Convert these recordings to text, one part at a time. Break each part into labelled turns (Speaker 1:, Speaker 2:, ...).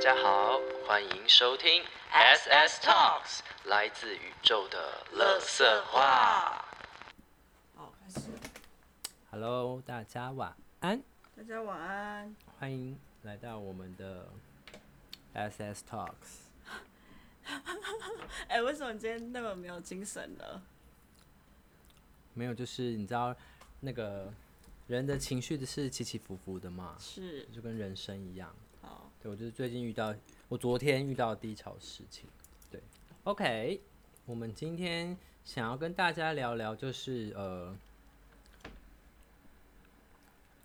Speaker 1: 家好，欢迎收听 SS Talks，来自宇宙的乐色话。
Speaker 2: 好，开始。
Speaker 1: Hello，大家晚安，
Speaker 2: 大家晚安。
Speaker 1: 欢迎来到我们的 SS Talks。
Speaker 2: 哎、为什么你今天那么没有精神了？
Speaker 1: 没有，就是你知道那个人的情绪是起起伏伏的嘛，
Speaker 2: 是，
Speaker 1: 就跟人生一样。
Speaker 2: 好，
Speaker 1: 对我就是最近遇到，我昨天遇到低潮事情。对，OK，我们今天想要跟大家聊聊，就是呃，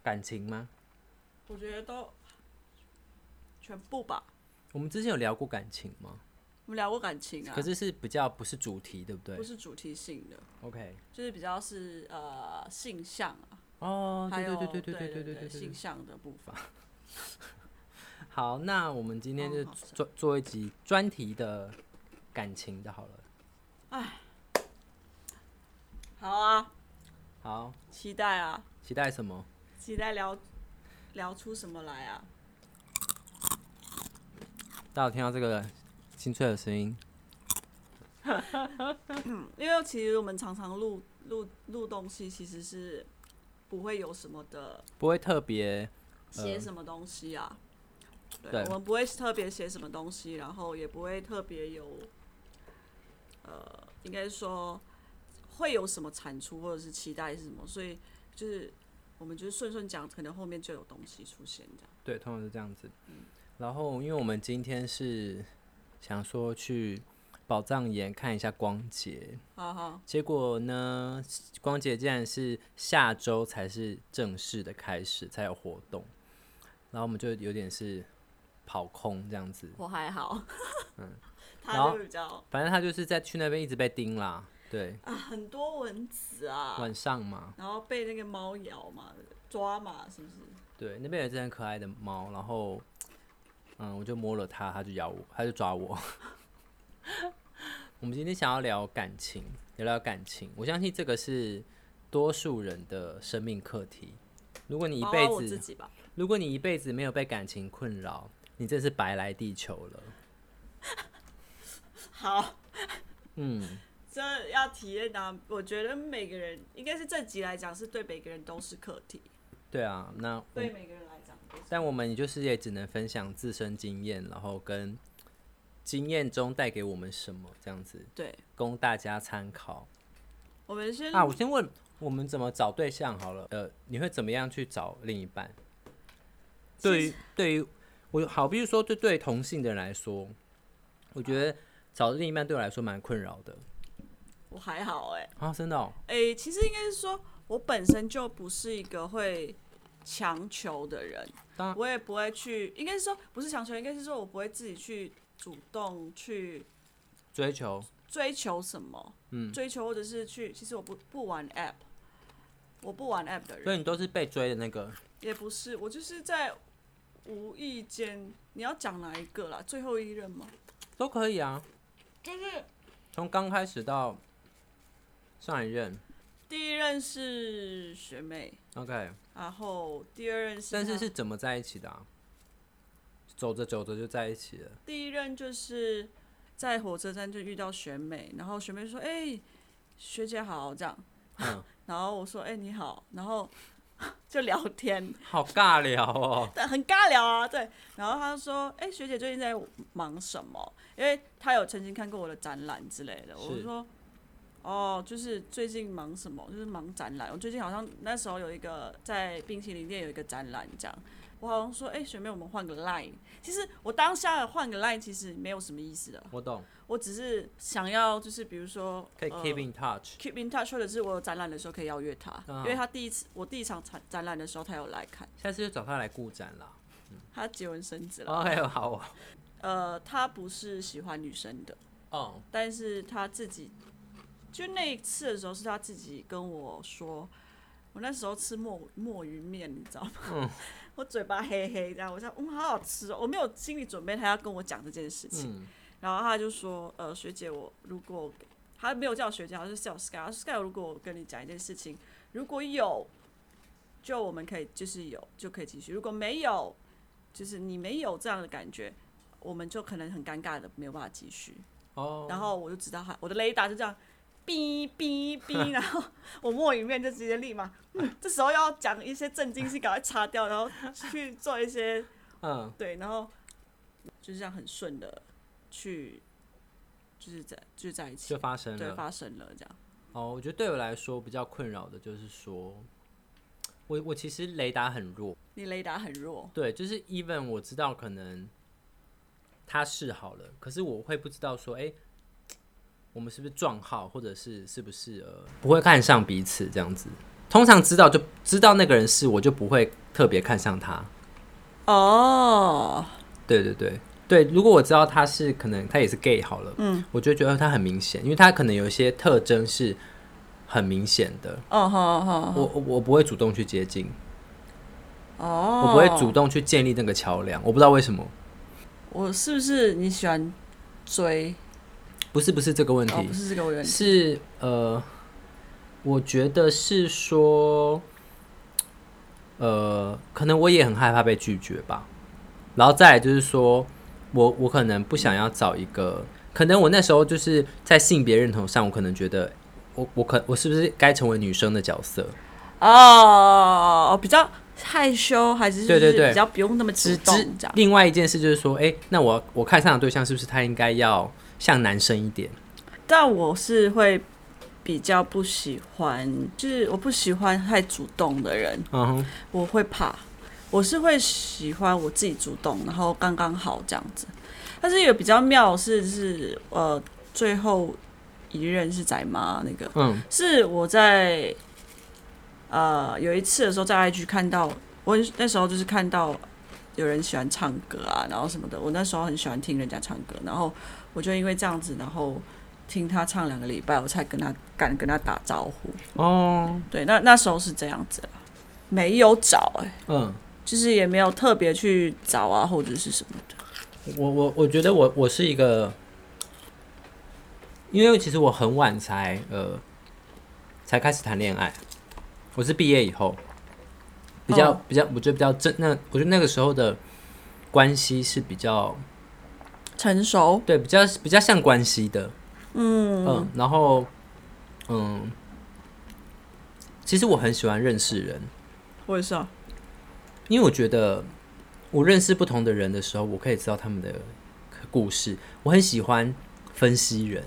Speaker 1: 感情吗？
Speaker 2: 我觉得都全部吧。
Speaker 1: 我们之前有聊过感情吗？
Speaker 2: 我们聊过感情啊，
Speaker 1: 可是是比较不是主题，对不对
Speaker 2: 不是主题性的，
Speaker 1: ？OK，
Speaker 2: 就是比较是呃性向啊，
Speaker 1: 哦，
Speaker 2: 还
Speaker 1: 对
Speaker 2: 有
Speaker 1: 对对对
Speaker 2: 对
Speaker 1: 对对对对对
Speaker 2: 性向的部分。
Speaker 1: 好，那我们今天就
Speaker 2: 哦好
Speaker 1: 做做一集专题的感情的，好了。
Speaker 2: 好啊，
Speaker 1: 好，
Speaker 2: 期待啊，
Speaker 1: 期待什么？
Speaker 2: 期待聊聊出什么来啊？
Speaker 1: 大家有听到这个清脆的声音？
Speaker 2: 嗯，因为其实我们常常录录录东西，其实是不会有什么的
Speaker 1: 不会特别
Speaker 2: 写什么东西啊？
Speaker 1: 嗯对
Speaker 2: 对，我们不会特别写什么东西，然后也不会特别有，呃，应该说会有什么产出或者是期待是什么，所以就是我们就是顺顺讲，可能后面就有东西出现这样。
Speaker 1: 对，通常是这样子。然后，因为我们今天是想说去宝藏岩看一下光节，
Speaker 2: 好好，
Speaker 1: 结果呢，光节竟然是下周才是正式的开始，才有活动。然后我们就有点是跑空这样子，
Speaker 2: 我还好，
Speaker 1: 嗯 然
Speaker 2: 他
Speaker 1: 后
Speaker 2: 就比较
Speaker 1: 反正他就是在去那边一直被盯啦，对，
Speaker 2: 啊很多蚊子啊，
Speaker 1: 晚上嘛，
Speaker 2: 然后被那个猫咬嘛，抓嘛，是不是？
Speaker 1: 对，那边有一只很可爱的猫，然后，嗯，我就摸了它，它就咬我，它就抓我。我们今天想要聊感情，聊聊感情，我相信这个是多数人的生命课题。如果你一
Speaker 2: 包
Speaker 1: 辈
Speaker 2: 哦括我自
Speaker 1: 子，
Speaker 2: 己吧，
Speaker 1: 如果你一辈子没有被感情困扰，你真是白来地球了。
Speaker 2: 好。
Speaker 1: 嗯，
Speaker 2: 这要体验到，我觉得每个人应该是这集来讲，是对每个人都是课题，
Speaker 1: 对啊，那我
Speaker 2: 对每个人来讲都是。
Speaker 1: 但我们就是也只能分享自身经验，然后跟经验中带给我们什么这样子，
Speaker 2: 对，
Speaker 1: 供大家参考。
Speaker 2: 我们先、
Speaker 1: 啊，我先问我们怎么找对象好了。呃，你会怎么样去找另一半？对于对于我好，比如说对对同性的人来说，我觉得找另一半对我来说蛮困扰的
Speaker 2: 我还好哎、
Speaker 1: 啊，真的、哦。
Speaker 2: 诶，其实应该是说我本身就不是一个会强求的人
Speaker 1: 当然，
Speaker 2: 我也不会去，应该是说不是强求，应该是说我不会自己去主动去
Speaker 1: 追求
Speaker 2: 追求什么，
Speaker 1: 嗯
Speaker 2: 追求或者是去，其实我不不玩 app，我不玩 app 的人
Speaker 1: 所。以你都是被追的那个，
Speaker 2: 也不是，我就是在无意间，你要讲哪一个啦？最后一任吗？
Speaker 1: 都可以啊。
Speaker 2: 就是
Speaker 1: 从刚开始到上一任
Speaker 2: 第一任是学妹，
Speaker 1: ，OK，
Speaker 2: 然后第二任是她，
Speaker 1: 但是是怎么在一起的啊？走着走着就在一起了，
Speaker 2: 第一任就是在火车站就遇到学妹，然后学妹说：“哎、学姐好。”这样，
Speaker 1: 嗯，
Speaker 2: 然后我说：“哎、你好。”然后 就聊天，
Speaker 1: 好尬聊哦。
Speaker 2: 对，很尬聊啊，对。然后他说：“哎、学姐最近在忙什么？”因为他有曾经看过我的展览之类的。
Speaker 1: 是
Speaker 2: 我就说：“哦，就是最近忙什么？就是忙展览。我最近好像那时候有一个在冰淇淋店有一个展览，这样。我好像说：‘哎、学妹，我们换个 line。’其实我当下换个 line 其实没有什么意思的，
Speaker 1: 我懂，
Speaker 2: 我只是想要就是比如说
Speaker 1: 可以
Speaker 2: 呃
Speaker 1: keep in touch，
Speaker 2: keep in touch，或者是我有展览的时候可以邀约他，
Speaker 1: 啊
Speaker 2: 因为他第一次我第一场展展览的时候他有来看，
Speaker 1: 下次就找他来顾展啦。
Speaker 2: 他结婚生子了。
Speaker 1: OK，好哦。
Speaker 2: 呃，他不是喜欢女生的，
Speaker 1: 哦，
Speaker 2: 但是他自己就那一次的时候，是他自己跟我说，我那时候吃墨墨鱼面，你知道吗？我嘴巴黑黑这样，我想，嗯，好好吃哦，我没有心理准备他要跟我讲这件事情，
Speaker 1: 嗯，
Speaker 2: 然后他就说，呃，学姐，我如果他没有叫我学姐，他就叫 Sky，他说 Sky，如果我跟你讲一件事情，如果有，就我们可以就是有就可以继续，如果没有，就是你没有这样的感觉。我们就可能很尴尬的没有办法继续。
Speaker 1: 哦，
Speaker 2: 然后我就知道他，我的雷达就这样，哔哔 哔，然后我默里面就直接立马，嗯，这时候要讲一些正经事，赶快擦掉，然后去做 一些
Speaker 1: 嗯，
Speaker 2: 对，然后就这样很顺的去，就是在就在一起
Speaker 1: 就，发生
Speaker 2: 对，
Speaker 1: 了。
Speaker 2: 发生了这样，
Speaker 1: 哦，我觉得对我来说比较困扰的就是说，我我其实雷达很弱，
Speaker 2: 你雷达很弱，
Speaker 1: 对，就是 even 我知道可能他是好了，可是我会不知道说，哎、我们是不是撞号，或者是是不是呃不会看上彼此这样子。通常知道就知道那个人是，我就不会特别看上他。
Speaker 2: 哦，
Speaker 1: 对对对对，如果我知道他是可能他也是 gay 好了，嗯，我就会觉得他很明显，因为他可能有一些特征是很明显的，
Speaker 2: 哦好好，
Speaker 1: 我我我不会主动去接近，
Speaker 2: 哦，
Speaker 1: 我不会主，动去建立那个桥梁，我不知道为什么，
Speaker 2: 我是不是你喜欢追？
Speaker 1: 不是不是这个问题，
Speaker 2: 哦，不是这个我有点，
Speaker 1: 是呃，我觉得是说，呃，可能我也很害怕被拒绝吧。然后再来就是说，我我可能不想要找一个，可能我那时候就是在性别认同上，我可能觉得我我可我是不是该成为女生的角色
Speaker 2: 哦，比较害羞，还是
Speaker 1: 对对
Speaker 2: 就是
Speaker 1: 对
Speaker 2: 比较不用那么主
Speaker 1: 之
Speaker 2: 动
Speaker 1: 之
Speaker 2: 这样。
Speaker 1: 另外一件事就是说，诶，那我我看上的对象是不是他应该要像男生一点？
Speaker 2: 但我是会比较不喜欢，就是我不喜欢太主动的人，
Speaker 1: 嗯哼，
Speaker 2: 我会怕。我是会喜欢我自己主动，然后刚刚好这样子。但是有比较妙的是是呃，最后一任是宅妈那个，
Speaker 1: 嗯
Speaker 2: 是我在呃有一次的时候在 IG 看到，我那时候就是看到有人喜欢唱歌啊，然后什么的，我那时候很喜欢听人家唱歌，然后我就因为这样子，然后听他唱两个礼拜，我才跟他敢跟他打招呼。
Speaker 1: 哦
Speaker 2: 对，那那时候是这样子啦，没有找哎、
Speaker 1: 嗯。
Speaker 2: 就是也没有特别去找啊，或者是什么的。
Speaker 1: 我我我觉得我我是一个，因为其实我很晚才呃才开始谈恋爱，我是毕业以后，比较、
Speaker 2: 哦
Speaker 1: 比较，我觉得比较真，那我觉得那个时候的关系是比较
Speaker 2: 成熟，
Speaker 1: 对比较比较像关系的，嗯然后嗯，其实我很喜欢认识人，
Speaker 2: 我也是啊。
Speaker 1: 因为我觉得我认识不同的人的时候，我可以知道他们的故事，我很喜欢分析人。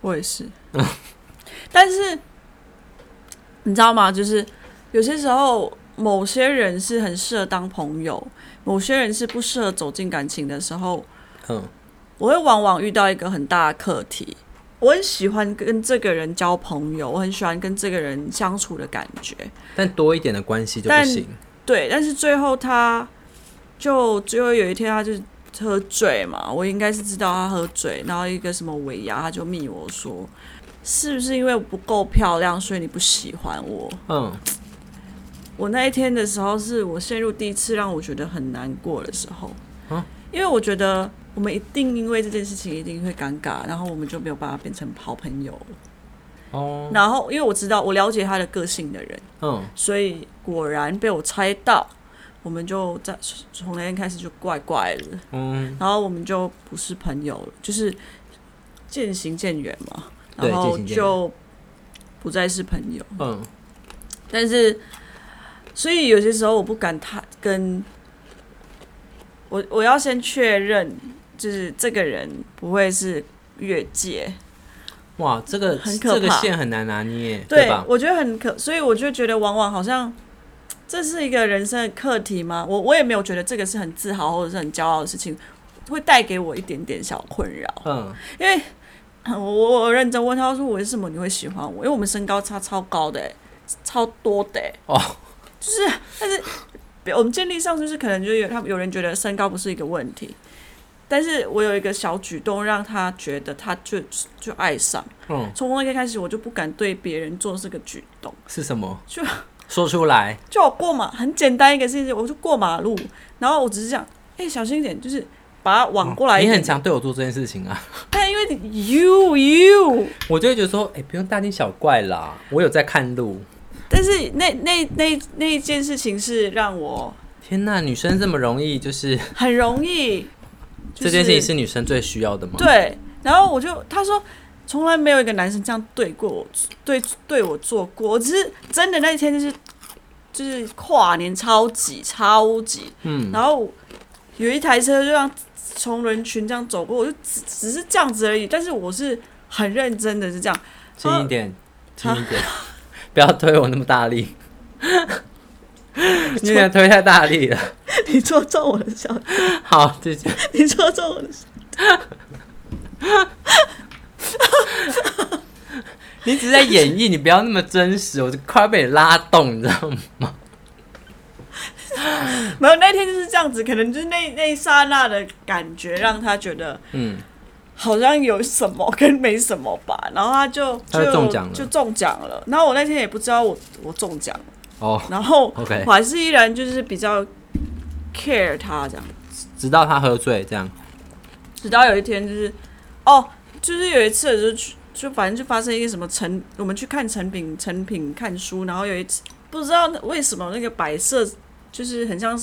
Speaker 2: 我也是。 但是你知道吗？就是有些时候，某些人是很适合当朋友，某些人是不适合走进感情的时候，
Speaker 1: 嗯，
Speaker 2: 我会往往遇到一个很大的课题。我很喜欢跟这个人交朋友，我很喜欢跟这个人相处的感觉。
Speaker 1: 但多一点的关系就不
Speaker 2: 但
Speaker 1: 行。
Speaker 2: 对，但是最后他就最后有一天他就喝醉嘛，我应该是知道他喝醉，然后一个什么尾牙，他就密我说，是不是因为我不够漂亮，所以你不喜欢我？
Speaker 1: 嗯，
Speaker 2: 我那一天的时候，是我陷入第一次让我觉得很难过的时候，
Speaker 1: 啊
Speaker 2: 因为我觉得我们一定因为这件事情一定会尴尬，然后我们就没有办法变成好朋友。
Speaker 1: 哦，
Speaker 2: 然后因为我知道我了解他的个性的人。
Speaker 1: 嗯，
Speaker 2: 所以果然被我猜到，我们就在从那天开始就怪怪的，
Speaker 1: 嗯，
Speaker 2: 然后我们就不是朋友了，就是渐行渐远嘛，
Speaker 1: 对
Speaker 2: 然后
Speaker 1: 渐行渐远
Speaker 2: 就不再是朋友。
Speaker 1: 嗯，
Speaker 2: 但是，所以有些时候我不敢太跟我，我要先确认，就是这个人不会是越界，
Speaker 1: 哇，这个
Speaker 2: 很可
Speaker 1: 这个
Speaker 2: 怕
Speaker 1: 线很难拿捏，
Speaker 2: 对
Speaker 1: 吧，？
Speaker 2: 我觉得很可，所以我就觉得往往好像这是一个人生的课题吗？我我也没有觉得这个是很自豪或者是很骄傲的事情，会带给我一点点小困扰。
Speaker 1: 嗯，
Speaker 2: 因为 我我我认真问他说为什么你会喜欢我？因为我们身高差超高的欸、超多的欸、
Speaker 1: 哦
Speaker 2: 就是但是我们建立上就是可能就有他们有人觉得身高不是一个问题，但是我有一个小举动让他觉得他就就爱上。
Speaker 1: 嗯，
Speaker 2: 从那天开始，我就不敢对别人做这个举动。
Speaker 1: 是什么？
Speaker 2: 就
Speaker 1: 说出来，
Speaker 2: 就我过马，很简单一个事情，我就过马路，然后我只是讲，哎、小心一点，就是把它往 过来一
Speaker 1: 哦你
Speaker 2: 点。
Speaker 1: 很常对我做这件事情啊，
Speaker 2: 但因为你 you you，
Speaker 1: 我就会觉得说，哎、不用大惊小怪啦，我有在看路。
Speaker 2: 但是那那那那一件事情是让我
Speaker 1: 天呐，女生这么容易就是
Speaker 2: 很容易就
Speaker 1: 这
Speaker 2: 是
Speaker 1: 件事情是女生最需要的吗？，
Speaker 2: 对，然后我就他说从来没有一个男生这样对过我，对对我做过，我只是真的那一天就是就是跨年超级超级，嗯，然后有一台车就让从人群这样走过，我就只只是这样子而已，但是我是很认真的是这样，
Speaker 1: 轻一点，轻一点， 不要推我那么大 力，你有点推太大力了。
Speaker 2: 你戳中我的笑，
Speaker 1: 好，这就
Speaker 2: 你戳中我的笑，
Speaker 1: 你只是在演绎，你不要那么真实，我就快要被你拉动，你知道吗？
Speaker 2: 没有那天就是这样子，可能就是那那一刹那的感觉让他觉得
Speaker 1: 嗯，
Speaker 2: 好像有什么跟没什么吧，然后他就
Speaker 1: 他就中奖了
Speaker 2: 就中奖了。然后我那天也不知道我我中奖了，
Speaker 1: 哦，
Speaker 2: 然后
Speaker 1: OK
Speaker 2: 我还是依然就是比较 care 他这样，
Speaker 1: 直到他喝醉这样，
Speaker 2: 直到有一天就是哦，就是有一次就是去就反正就发生一个什么成，我们去看成品成品看书，然后有一次不知道为什么那个摆设就是很像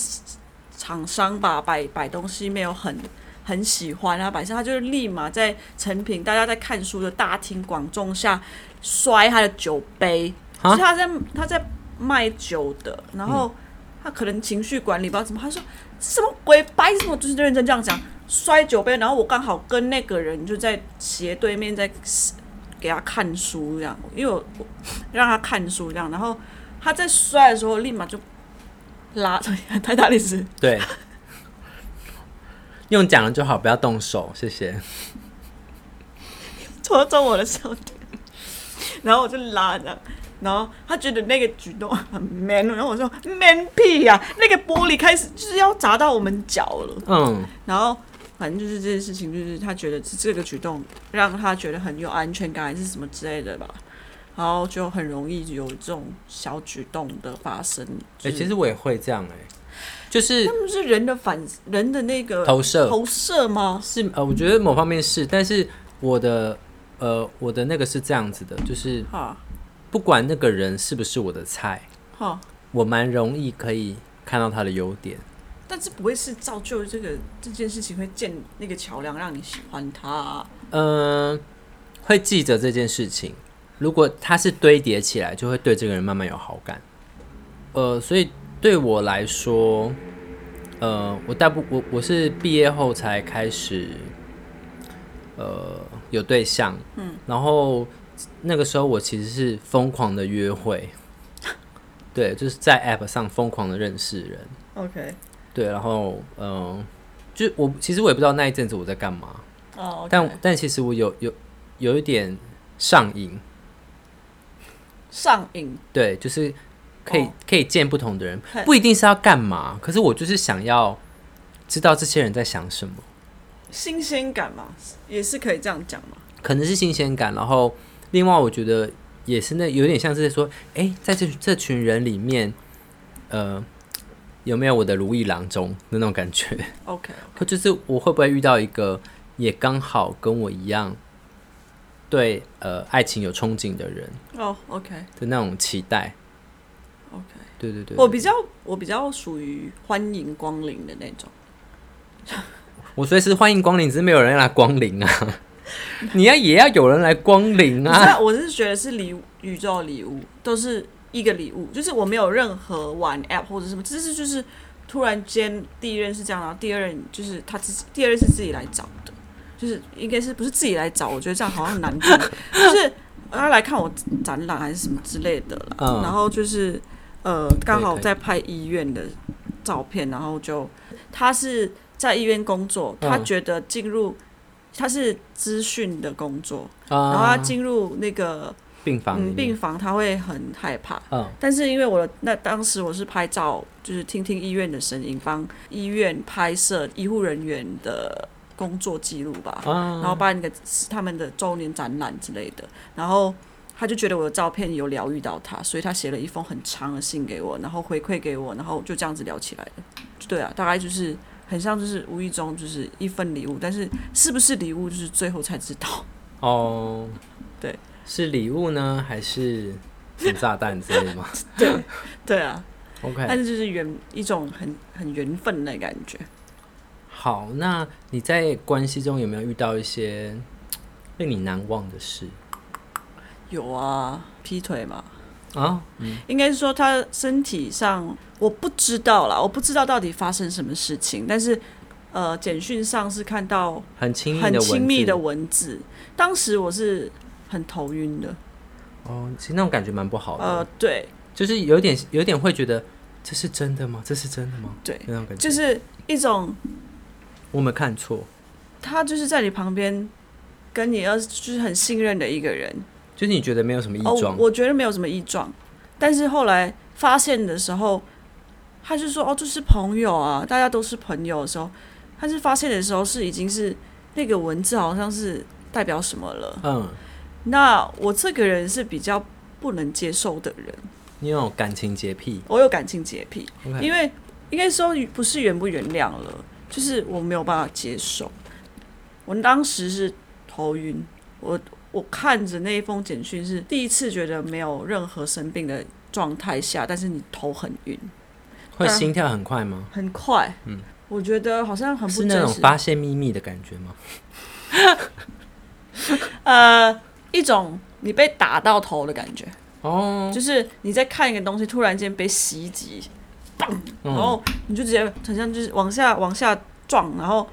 Speaker 2: 厂商吧摆摆东西没有很很喜欢啊，摆设他就是立马在成品大家在看书的大庭广众下摔他的酒杯，
Speaker 1: 啊
Speaker 2: 就是他在他在卖酒的，然后他可能情绪管理不知道怎么，他说什么鬼白什么，就是认真这样讲。摔酒杯，然后我刚好跟那个人就在斜对面在 给他看书这样，因为我我让他看书这样，然后他在摔的时候立马就拉 太大力士，
Speaker 1: 对，用讲了就好，不要动手，谢谢。
Speaker 2: 戳中我的笑点，然后我就拉着，然后他觉得那个举动很 man，然后我说 man 屁呀、那个玻璃开始就是要砸到我们脚了，
Speaker 1: 嗯，
Speaker 2: 然后反正就是这件事情，就是他觉得是这个举动让他觉得很有安全感，还是什么之类的吧。然后就很容易有这种小举动的发生。
Speaker 1: 哎、
Speaker 2: 就是
Speaker 1: 其实我也会这样哎、就是
Speaker 2: 他们是人的反人的那个
Speaker 1: 投射，
Speaker 2: 投射吗？
Speaker 1: 是呃，我觉得某方面是，但是我的呃，我的那个是这样子的，就是
Speaker 2: 哈
Speaker 1: 不管那个人是不是我的菜，
Speaker 2: 哈，
Speaker 1: 我蛮容易可以看到他的优点。
Speaker 2: 但是不会是造就这个这件事情会建那个桥梁让你喜欢他啊、
Speaker 1: 嗯、会记着这件事情。如果他是堆叠起来，就会对这个人慢慢有好感。呃，所以对我来说，呃，我大部我我是毕业后才开始，呃，有对象，嗯，然后那个时候我其实是疯狂的约会，对，就是在 App 上疯狂的认识人，
Speaker 2: OK，
Speaker 1: 对，然后嗯、呃就我其实我也不知道那一阵子我在干嘛，
Speaker 2: 哦，
Speaker 1: 但但其实我有有有一点上瘾，
Speaker 2: 上瘾，
Speaker 1: 对，就是可以、
Speaker 2: 哦
Speaker 1: 可以见不同的人
Speaker 2: 嘿，
Speaker 1: 不一定是要干嘛，可是我就是想要知道这些人在想什么，
Speaker 2: 新鲜感嘛，也是可以这样讲嘛。
Speaker 1: 可能是新鲜感，然后另外我觉得也是那有点像是说，哎、在这这群人里面，呃，有没有我的如意郎中的那种感觉？
Speaker 2: OK，
Speaker 1: 或就是我会不会遇到一个也刚好跟我一样对呃爱情有憧憬的人
Speaker 2: 哦，OK，OK、
Speaker 1: 的那种期待？
Speaker 2: o k
Speaker 1: 对对对，
Speaker 2: 我比较我比较属于欢迎光临的那种，
Speaker 1: 我随时欢迎光临，只是没有人来光临啊。 你要也要有人来光临
Speaker 2: 你
Speaker 1: 啊
Speaker 2: 知。道，我是觉得是礼物宇宙礼物都是一个礼物，就是我没有任何玩 app 或者什么，只是就是突然间第一任是这样，然后第二任就是他自己，第二任是自己来找的，就是应该是不是自己来找，我觉得这样好像 很难听，就是他来看我展览还是什么之类的啦，
Speaker 1: 嗯
Speaker 2: 然后就是呃刚好
Speaker 1: 可以
Speaker 2: 在拍医院的照片，然后就他是在医院工作，他
Speaker 1: 嗯
Speaker 2: 觉得进入。他是资讯的工作，然后他
Speaker 1: 啊，
Speaker 2: 进入那个
Speaker 1: 病房里
Speaker 2: 嗯病
Speaker 1: 面，
Speaker 2: 房，他会很害怕。
Speaker 1: 嗯
Speaker 2: 但是因为我的那当时我是拍照，就是听听医院的声音，帮医院拍摄医护人员的工作记录吧，
Speaker 1: 啊哦
Speaker 2: 然后办那个他们的周年展览之类的，然后。他就觉得我的照片有疗愈到他，所以他写了一封很长的信给我，然后回馈给我，然后就这样子聊起来的。对啊，大概就是很像，就是无意中就是一份礼物，但是是不是礼物，就是最后才知道。
Speaker 1: 哦，
Speaker 2: 对，
Speaker 1: 是礼物呢，还是什么炸弹之类的吗
Speaker 2: 对， 对啊，
Speaker 1: ？OK，
Speaker 2: 但是就是缘一种很很缘分的感觉。
Speaker 1: 好，那你在关系中有没有遇到一些令你难忘的事
Speaker 2: 有啊，劈腿嘛，
Speaker 1: 啊？
Speaker 2: 应该是说他身体上我不知道啦，我不知道到底发生什么事情，但是呃，简讯上是看到
Speaker 1: 很亲密的
Speaker 2: 很
Speaker 1: 文
Speaker 2: 亲密
Speaker 1: 字
Speaker 2: 的文字，当时我是很头晕的，
Speaker 1: 哦，其实那种感觉蛮不好的，
Speaker 2: 呃，对
Speaker 1: 就是有点有点会觉得这是真的吗？这是真的吗？
Speaker 2: 对，
Speaker 1: 那种感觉，
Speaker 2: 就是一种
Speaker 1: 我没看错，
Speaker 2: 他就是在你旁边，跟你要就是很信任的一个人，
Speaker 1: 就是你觉得没有什么异
Speaker 2: 哦
Speaker 1: 状，，
Speaker 2: 我觉得没有什么异状，但是后来发现的时候，他就说哦，就是朋友啊，大家都是朋友的时候，他是发现的时候是已经是那个文字好像是代表什么了。
Speaker 1: 嗯，
Speaker 2: 那我这个人是比较不能接受的人，
Speaker 1: 你有感情洁癖
Speaker 2: 我有感情洁癖，
Speaker 1: ，OK，
Speaker 2: 因为应该说不是原不原谅了，就是我没有办法接受。我当时是头晕，我我看着那一封简讯是第一次觉得没有任何生病的状态下，但是你头很晕，
Speaker 1: 会心跳很快吗？
Speaker 2: 很快，嗯，我觉得好像很不
Speaker 1: 是那
Speaker 2: 真
Speaker 1: 种
Speaker 2: 实，
Speaker 1: 发现秘密的感觉吗？
Speaker 2: 呃，一种你被打到头的感觉，
Speaker 1: 哦，
Speaker 2: 就是你在看一个东西，突然间被袭击，
Speaker 1: 嗯
Speaker 2: 然后你就哦直接很像就是往下往下撞，然后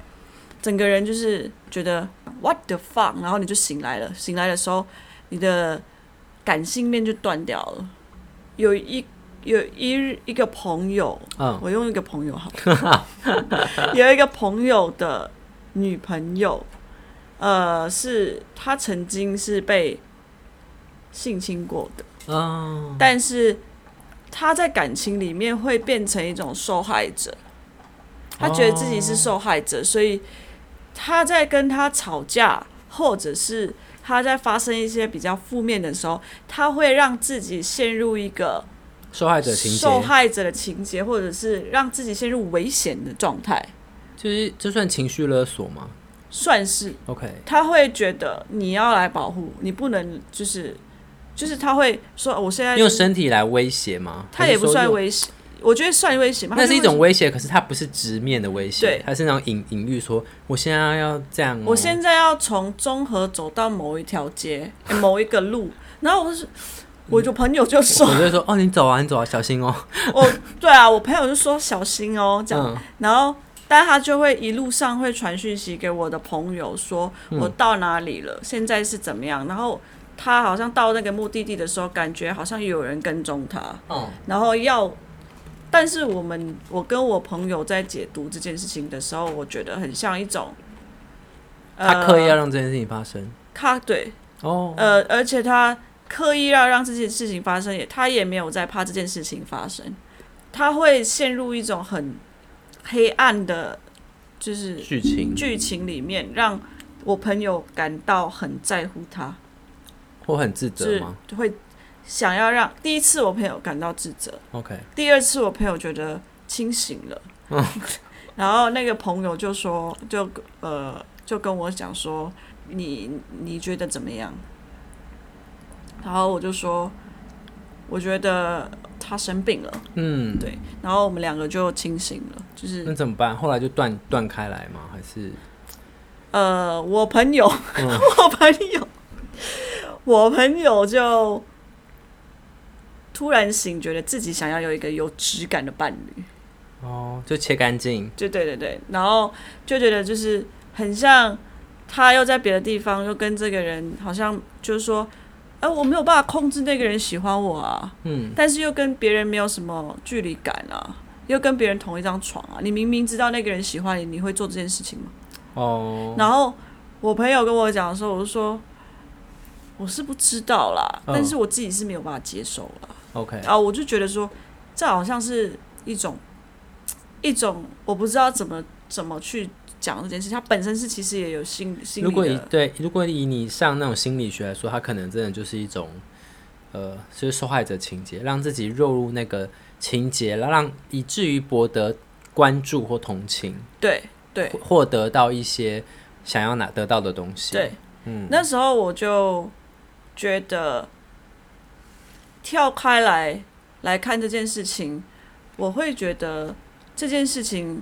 Speaker 2: 整个人就是觉得 what the fuck，然后你就醒来了。醒来的时候，你的感性面就断掉了。有一有一日一个朋友，
Speaker 1: 嗯
Speaker 2: 我用一个朋友好了有一个朋友的女朋友，呃，是她曾经是被性侵过的。
Speaker 1: 嗯，
Speaker 2: 但是他在感情里面会变成一种受害者，他觉得自己是受害者，所以他在跟他吵架，或者是他在发生一些比较负面的时候，他会让自己陷入一个
Speaker 1: 受害者情节，
Speaker 2: 受害者的情节，或者是让自己陷入危险的状态，
Speaker 1: 就是这算情绪勒索吗
Speaker 2: 算是
Speaker 1: ？OK，
Speaker 2: 他会觉得你要来保护，你不能就是就是他会说我现在
Speaker 1: 用身体来威胁吗？
Speaker 2: 他也
Speaker 1: 还是
Speaker 2: 不
Speaker 1: 说
Speaker 2: 算
Speaker 1: 用，
Speaker 2: 危险，我觉得算危险吧，
Speaker 1: 那
Speaker 2: 他就是
Speaker 1: 一
Speaker 2: 会
Speaker 1: 种威胁，可是它不是直面的威胁
Speaker 2: 对，
Speaker 1: 它是那种隐隐喻说，我现在要这样哦，
Speaker 2: 我现在要从中和走到某一条街、诶某一个路，然后我就是，我就朋友就说，
Speaker 1: 我就会说哦，你走啊，你走啊，小心哦，
Speaker 2: 哦，对啊，我朋友就说小心哦，这样，
Speaker 1: 嗯，
Speaker 2: 然后，但他就会一路上会传讯息给我的朋友说，我到哪里了，现在是怎么样，然后他好像到那个目的地的时候，感觉好像有人跟踪他，
Speaker 1: 哦，
Speaker 2: 然后要，但是我们我跟我朋友在解读这件事情的时候，我觉得很像一种，呃
Speaker 1: 他刻意要让这件事情发生
Speaker 2: 他对。
Speaker 1: 哦，
Speaker 2: 呃，而且他刻意要让这件事情发生，也他也没有在怕这件事情发生，他会陷入一种很黑暗的，就是
Speaker 1: 剧情
Speaker 2: 剧情里面，让我朋友感到很在乎他，
Speaker 1: 或很自
Speaker 2: 就
Speaker 1: 责
Speaker 2: 是
Speaker 1: 吗
Speaker 2: 会想要让第一次我朋友感到自责，
Speaker 1: ？OK，
Speaker 2: 第二次我朋友觉得清醒了， 然后那个朋友就说，就呃就跟我讲说，你你觉得怎么样？然后我就说，我觉得他生病了，
Speaker 1: 嗯，
Speaker 2: 对，然后我们两个就清醒了，就是
Speaker 1: 那怎么办？后来就断断开来吗？还是
Speaker 2: 呃，我朋友， 我朋友，我朋友就突然醒，觉得自己想要有一个有质感的伴侣。
Speaker 1: 哦，就切干净，
Speaker 2: 就对对对，然后就觉得就是很像他又在别的地方又跟这个人好像就是说，哎、我没有办法控制那个人喜欢我啊，
Speaker 1: 嗯，
Speaker 2: 但是又跟别人没有什么距离感啊，又跟别人同一张床啊，你明明知道那个人喜欢你，你会做这件事情吗？
Speaker 1: 哦，
Speaker 2: 然后我朋友跟我讲的时候，我就说我是不知道啦，
Speaker 1: 嗯
Speaker 2: 但是我自己是没有办法接受啦。
Speaker 1: OK，
Speaker 2: 啊，我就觉得说，这好像是一种一种我不知道怎么怎么去讲这件事，它本身是其实也有心心
Speaker 1: 如果
Speaker 2: 理
Speaker 1: 以
Speaker 2: 的，
Speaker 1: 对，如果以你上那种心理学来说，它可能真的就是一种，呃，就是受害者情节，让自己落入那个情节，让以至于博得关注或同情，
Speaker 2: 对对
Speaker 1: 获获得到一些想要拿得到的东西。嗯
Speaker 2: 对，那时候我就觉得跳开来来看这件事情，我会觉得这件事情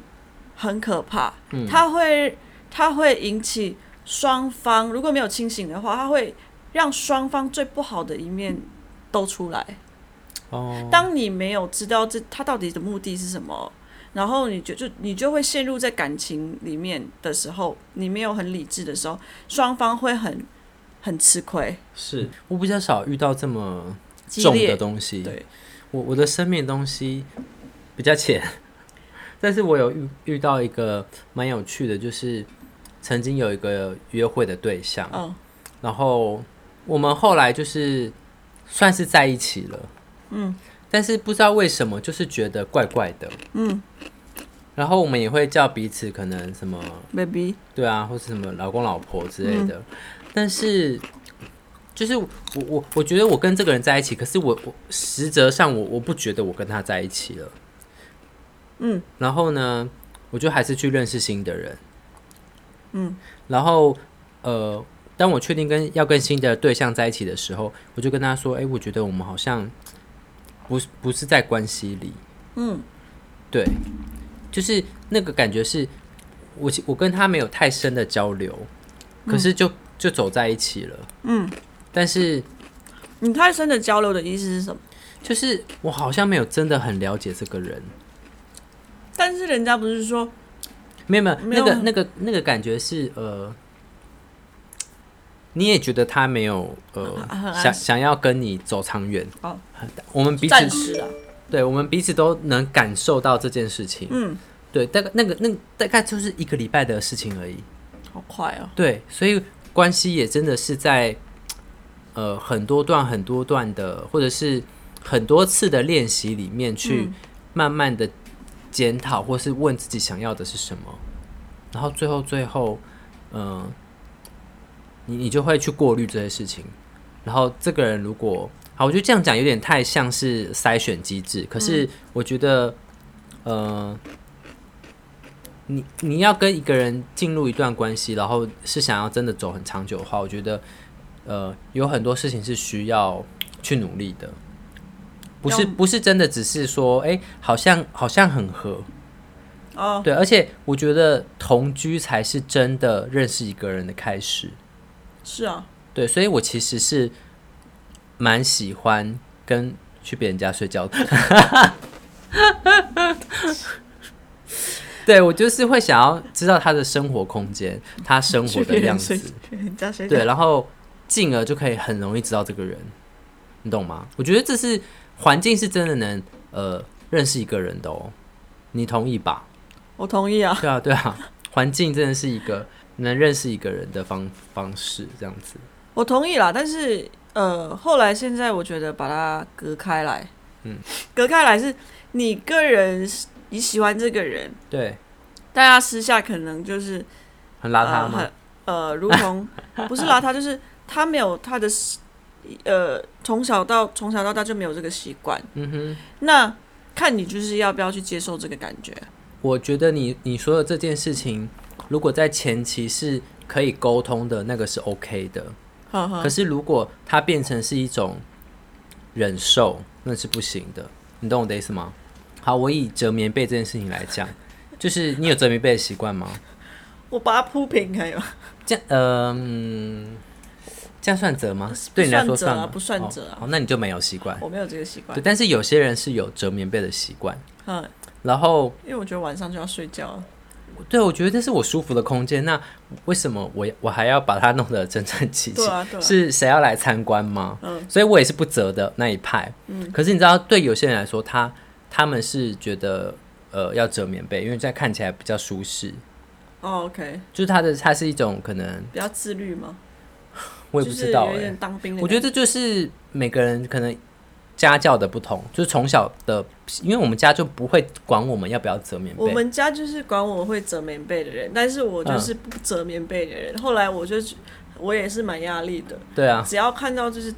Speaker 2: 很可怕，它会它会引起双方如果没有清醒的话，它会让双方最不好的一面都出来。
Speaker 1: 哦，
Speaker 2: 当你没有知道这他到底的目的是什么，然后你就就你就会陷入在感情里面的时候，你没有很理智的时候，双方会很很吃亏，
Speaker 1: 是我比较少遇到这么
Speaker 2: 激
Speaker 1: 重的
Speaker 2: 烈。
Speaker 1: 东西。
Speaker 2: 对，
Speaker 1: 我我的生命的东西比较浅，但是我有遇遇到一个蛮有趣的，就是曾经有一个约会的对象，
Speaker 2: 嗯
Speaker 1: 然后我们后来就是算是在一起了，嗯，但是不知道为什么就是觉得怪怪的，嗯，然后我们也会叫彼此可能什么
Speaker 2: ，baby，
Speaker 1: 对啊，或是什么老公老婆之类的。但是，就是我我我觉得我跟这个人在一起，可是我我实则上我我不觉得我跟他在一起了。嗯，然后呢，我就还是去认识新的人。嗯，然后呃，当我确定跟要跟新的对象在一起的时候，我就跟他说：“哎、我觉得我们好像不是不是在关系里。”嗯，对，就是那个感觉是我其我跟他没有太深的交流，可
Speaker 2: 嗯
Speaker 1: 是就、就走在一起了。嗯，但是
Speaker 2: 你太深的交流的意思是什么？
Speaker 1: 就是我好像没有真的很了解这个人，
Speaker 2: 但是人家不是说
Speaker 1: 没有没有
Speaker 2: 没有啊
Speaker 1: 那个那个那个感觉是呃，你也觉得他没有
Speaker 2: 很
Speaker 1: 呃
Speaker 2: 安
Speaker 1: 想想要跟你走长远。
Speaker 2: 哦
Speaker 1: 我们彼此
Speaker 2: 暂时啊，
Speaker 1: 对，我们彼此都能感受到这件事情。
Speaker 2: 嗯，
Speaker 1: 对，大概那个那个大概就是一个礼拜的事情而已。
Speaker 2: 好快哦，
Speaker 1: 对，所以关系也真的是在呃很多段很多段的，或者是很多次的练习里面去慢慢的检讨，或是问自己想要的是什么，然后最后最后，嗯、你你就会去过滤这些事情，然后这个人如果好，我觉得这样讲有点太像是筛选机制，可是我觉得，呃，你你要跟一个人进入一段关系，然后是想要真的走很长久的话，我觉得，呃，有很多事情是需要去努力的，不是不是真的只是说，哎、好像好像很合，
Speaker 2: 哦，
Speaker 1: 对，而且我觉得同居才是真的认识一个人的开始。
Speaker 2: 是啊，
Speaker 1: 对，所以我其实是蛮喜欢跟去别人家睡觉的。 对，我就是会想要知道他的生活空间，他生活
Speaker 2: 去
Speaker 1: 的
Speaker 2: 别
Speaker 1: 样
Speaker 2: 人睡
Speaker 1: 子，，
Speaker 2: 去人家睡觉
Speaker 1: 对，然后进而就可以很容易知道这个人，你懂吗？我觉得这是环境是真的能呃认识一个人的哦，你同意吧？
Speaker 2: 我同意啊，
Speaker 1: 对啊，对啊，环境真的是一个能认识一个人的方方式，这样子。
Speaker 2: 我同意啦，但是呃，后来现在我觉得把它隔开来，嗯，隔开来是你个人是你喜欢这个人，
Speaker 1: 对，
Speaker 2: 大家私下可能就是
Speaker 1: 很邋遢
Speaker 2: 呃
Speaker 1: 吗？
Speaker 2: 很呃，如 同不是邋遢，就是他没有他的呃，从小到从小到大就没有这个习惯，嗯哼，那看你就是要不要去接受这个感觉，
Speaker 1: 我觉得你你说的这件事情，如果在前期是可以沟通的，那个是 OK 的。
Speaker 2: 呵呵，
Speaker 1: 可是如果它变成是一种忍受，那是不行的。你懂我的意思吗？好，我以折棉被这件事情来讲，就是你有折棉被的习惯吗？
Speaker 2: 我把它铺平可以吗？
Speaker 1: 这样，呃嗯，这样算折吗
Speaker 2: 不是？
Speaker 1: 对你来
Speaker 2: 不
Speaker 1: 说
Speaker 2: 算折啊
Speaker 1: 吗？
Speaker 2: 不算折啊
Speaker 1: 哦。好，那你就没有习惯。
Speaker 2: 我没有这个习惯
Speaker 1: 对，，但是有些人是有折棉被的习惯，
Speaker 2: 嗯，
Speaker 1: 然后
Speaker 2: 因为我觉得晚上就要睡觉了。
Speaker 1: 对，我觉得这是我舒服的空间。那为什么我我还要把它弄得整整齐齐？
Speaker 2: 对啊对嗯啊
Speaker 1: 是谁要来参观吗？所以我也是不折的那一派。
Speaker 2: 嗯
Speaker 1: 可是你知道，对有些人来说，他他们是觉得呃要折棉被，因为这样看起来比较舒适。
Speaker 2: 哦，OK，
Speaker 1: 就是它的，它是一种可能，
Speaker 2: 比较自律吗？
Speaker 1: 我也不知道
Speaker 2: 就是有
Speaker 1: 哎、
Speaker 2: 点当兵的感。
Speaker 1: 我觉得这就是每个人可能家教的不同，就是从小的，因为我们家就不会管我们要不要折棉
Speaker 2: 我
Speaker 1: 被。
Speaker 2: 们家就是管我会折棉被的人，但是我
Speaker 1: 嗯
Speaker 2: 就是不折棉被的人。后来我就我也是蛮压力的，
Speaker 1: 对啊，
Speaker 2: 只要看到就是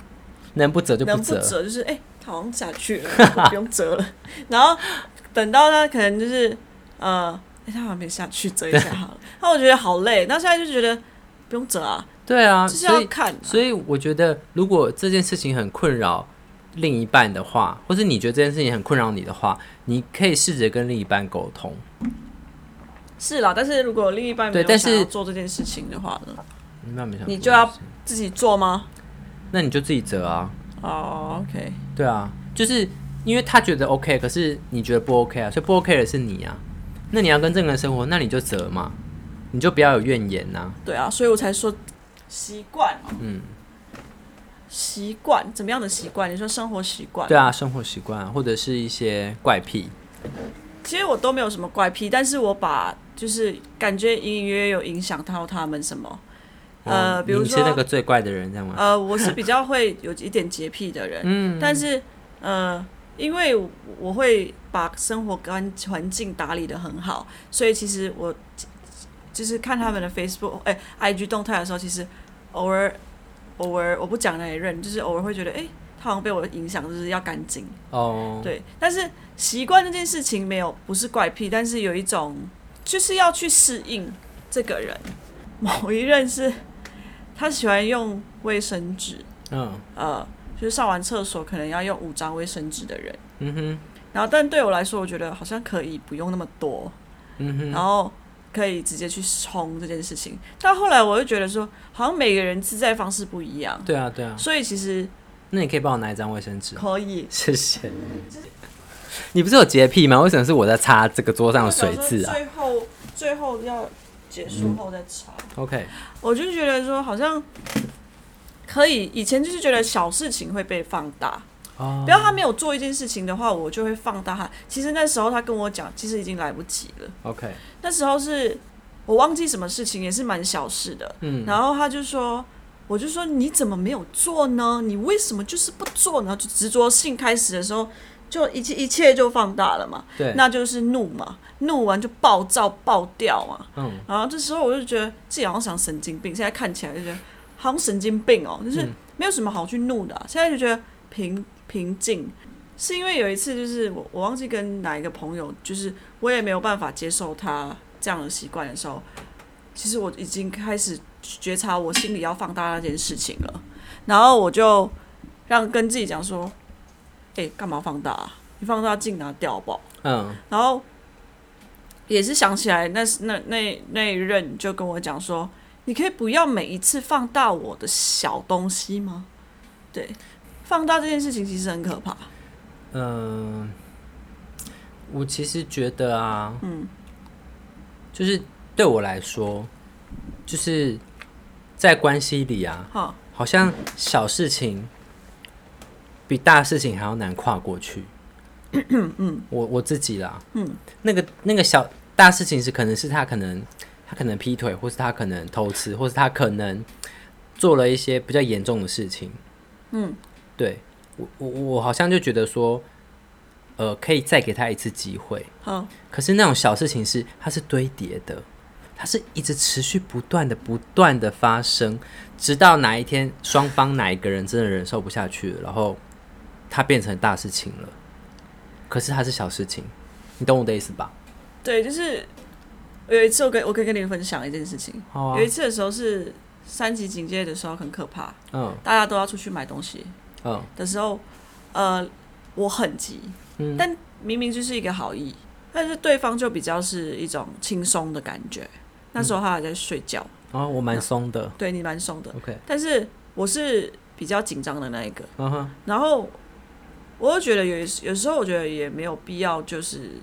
Speaker 1: 能不折就
Speaker 2: 能不
Speaker 1: 折。
Speaker 2: 折，就是哎、它好像下去了， 我不用折了。然后等到他可能就是呃，哎、它好像没下去，折一下好 了。那我觉得好累，那现在就觉得不用折啊，
Speaker 1: 对啊，
Speaker 2: 就是
Speaker 1: 所以
Speaker 2: 要看、
Speaker 1: 所以我觉得，如果这件事情很困扰另一半的话，或是你觉得这件事情很困扰你的话，你可以试着跟另一半沟通。
Speaker 2: 是啦，但是如果另一半没有
Speaker 1: 对但
Speaker 2: 想要
Speaker 1: 是
Speaker 2: 做这件事情的话呢，
Speaker 1: 那没想
Speaker 2: 你
Speaker 1: 过这
Speaker 2: 就要
Speaker 1: 件事
Speaker 2: 自己做吗？
Speaker 1: 那你就自己折啊。
Speaker 2: 哦，OK、o k
Speaker 1: 对啊，就是因为他觉得 OK，可是你觉得不 OK 啊，所以不 OK 的是你啊。那你要跟这个人生活，那你就折嘛，你就不要有怨言呐、
Speaker 2: 对啊，所以我才说习惯，
Speaker 1: 嗯，
Speaker 2: 习惯怎么样的习惯？你说生活习惯，
Speaker 1: 对啊，生活习惯啊或者是一些怪癖，
Speaker 2: 其实我都没有什么怪癖，但是我把就是感觉隐隐约约有影响到他们什么，呃，
Speaker 1: 哦
Speaker 2: 比如
Speaker 1: 你
Speaker 2: 说
Speaker 1: 是那个最怪的人，这样吗？
Speaker 2: 呃，我是比较会有一点洁癖的人，但是呃，因为我我会把生活干环境打理的很好，所以其实我就是看他们的 Facebook 哎、IG 动态的时候，其实偶尔偶尔我不讲了也认，就是偶尔会觉得哎、他好像被我影响，就是要干净，
Speaker 1: 哦，
Speaker 2: 啊对，但是习惯这件事情没有不是怪癖，但是有一种就是要去适应这个人。某一任是他喜欢用卫生纸，
Speaker 1: 嗯
Speaker 2: 呃，就是上完厕所可能要用五张卫生纸的人。
Speaker 1: 嗯哼
Speaker 2: 然后，但对我来说，我觉得好像可以不用那么多，
Speaker 1: 嗯哼，
Speaker 2: 然后可以直接去冲这件事情。但后来我就觉得说，好像每个人自在方式不一样，
Speaker 1: 对啊对啊，
Speaker 2: 所以其实
Speaker 1: 那你可以帮我拿一张卫生纸，
Speaker 2: 可以。
Speaker 1: 谢谢。你不是有洁癖吗？为什么是我在擦这个桌上的水
Speaker 2: 字
Speaker 1: 渍啊嗯
Speaker 2: 最后最后要结束后再查。
Speaker 1: ？OK，
Speaker 2: 我就觉得说，好像可以。以前就是觉得小事情会被放大，
Speaker 1: 哦
Speaker 2: 不要他没有做一件事情的话，我就会放大他。其实那时候他跟我讲，其实已经来不及了。
Speaker 1: OK，
Speaker 2: 那时候是我忘记什么事情，也是蛮小事的。
Speaker 1: 嗯
Speaker 2: 然后他就说，我就说你怎么没有做呢？你为什么就是不做呢？就执着性开始的时候，就一切一切就放大了嘛，
Speaker 1: 对，
Speaker 2: 那就是怒嘛，怒完就暴躁爆掉嘛。
Speaker 1: 嗯
Speaker 2: 然后这时候我就觉得自己好像像神经病，现在看起来就觉得好像神经病哦，就是没有什么好去怒的啊、现在就觉得平平静，是因为有一次就是我我忘记跟哪一个朋友，就是我也没有办法接受他这样的习惯的时候，其实我已经开始觉察我心里要放大那件事情了，然后我就让跟自己讲说，哎、干嘛放大、啊？你放大镜拿掉好不好？
Speaker 1: 嗯
Speaker 2: 然后也是想起来那，那那那一任就跟我讲说，你可以不要每一次放大我的小东西吗？对，放大这件事情其实很可怕。
Speaker 1: 嗯，我其实觉得啊，
Speaker 2: 嗯，
Speaker 1: 就是对我来说，就是在关系里啊，
Speaker 2: 哈，
Speaker 1: 好像小事情比大事情还要难跨过去。嗯，我我自己啦，嗯，那个那个小大事情是可能是他可能他可能劈腿，或是他可能偷吃，或是他可能做了一些比较严重的事情。嗯，对我我我好像就觉得说，呃，可以再给他一次机会。
Speaker 2: 好，
Speaker 1: 可是那种小事情是它是堆叠的，它是一直持续不断的、不断的发生，直到哪一天双方哪一个人真的忍受不下去了，然后它变成大事情了。可是它是小事情，你懂我的意思吧？
Speaker 2: 对，就是有一次我跟我可以跟你们分享一件事情，
Speaker 1: 好啊
Speaker 2: 有，一次的时候是三级警戒的时候很可怕，
Speaker 1: 嗯
Speaker 2: 大家都要出去买东西
Speaker 1: 嗯
Speaker 2: 的时候，呃，我很急，
Speaker 1: 嗯
Speaker 2: 但明明就是一个好意，但是对方就比较是一种轻松的感觉。那时候他还在睡觉，
Speaker 1: 哦，我蛮松的
Speaker 2: 对你蛮松的，
Speaker 1: ，OK，
Speaker 2: 但是我是比较紧张的那一个。
Speaker 1: 嗯哼，
Speaker 2: 然后我又觉得有有时候我觉得也没有必要，就是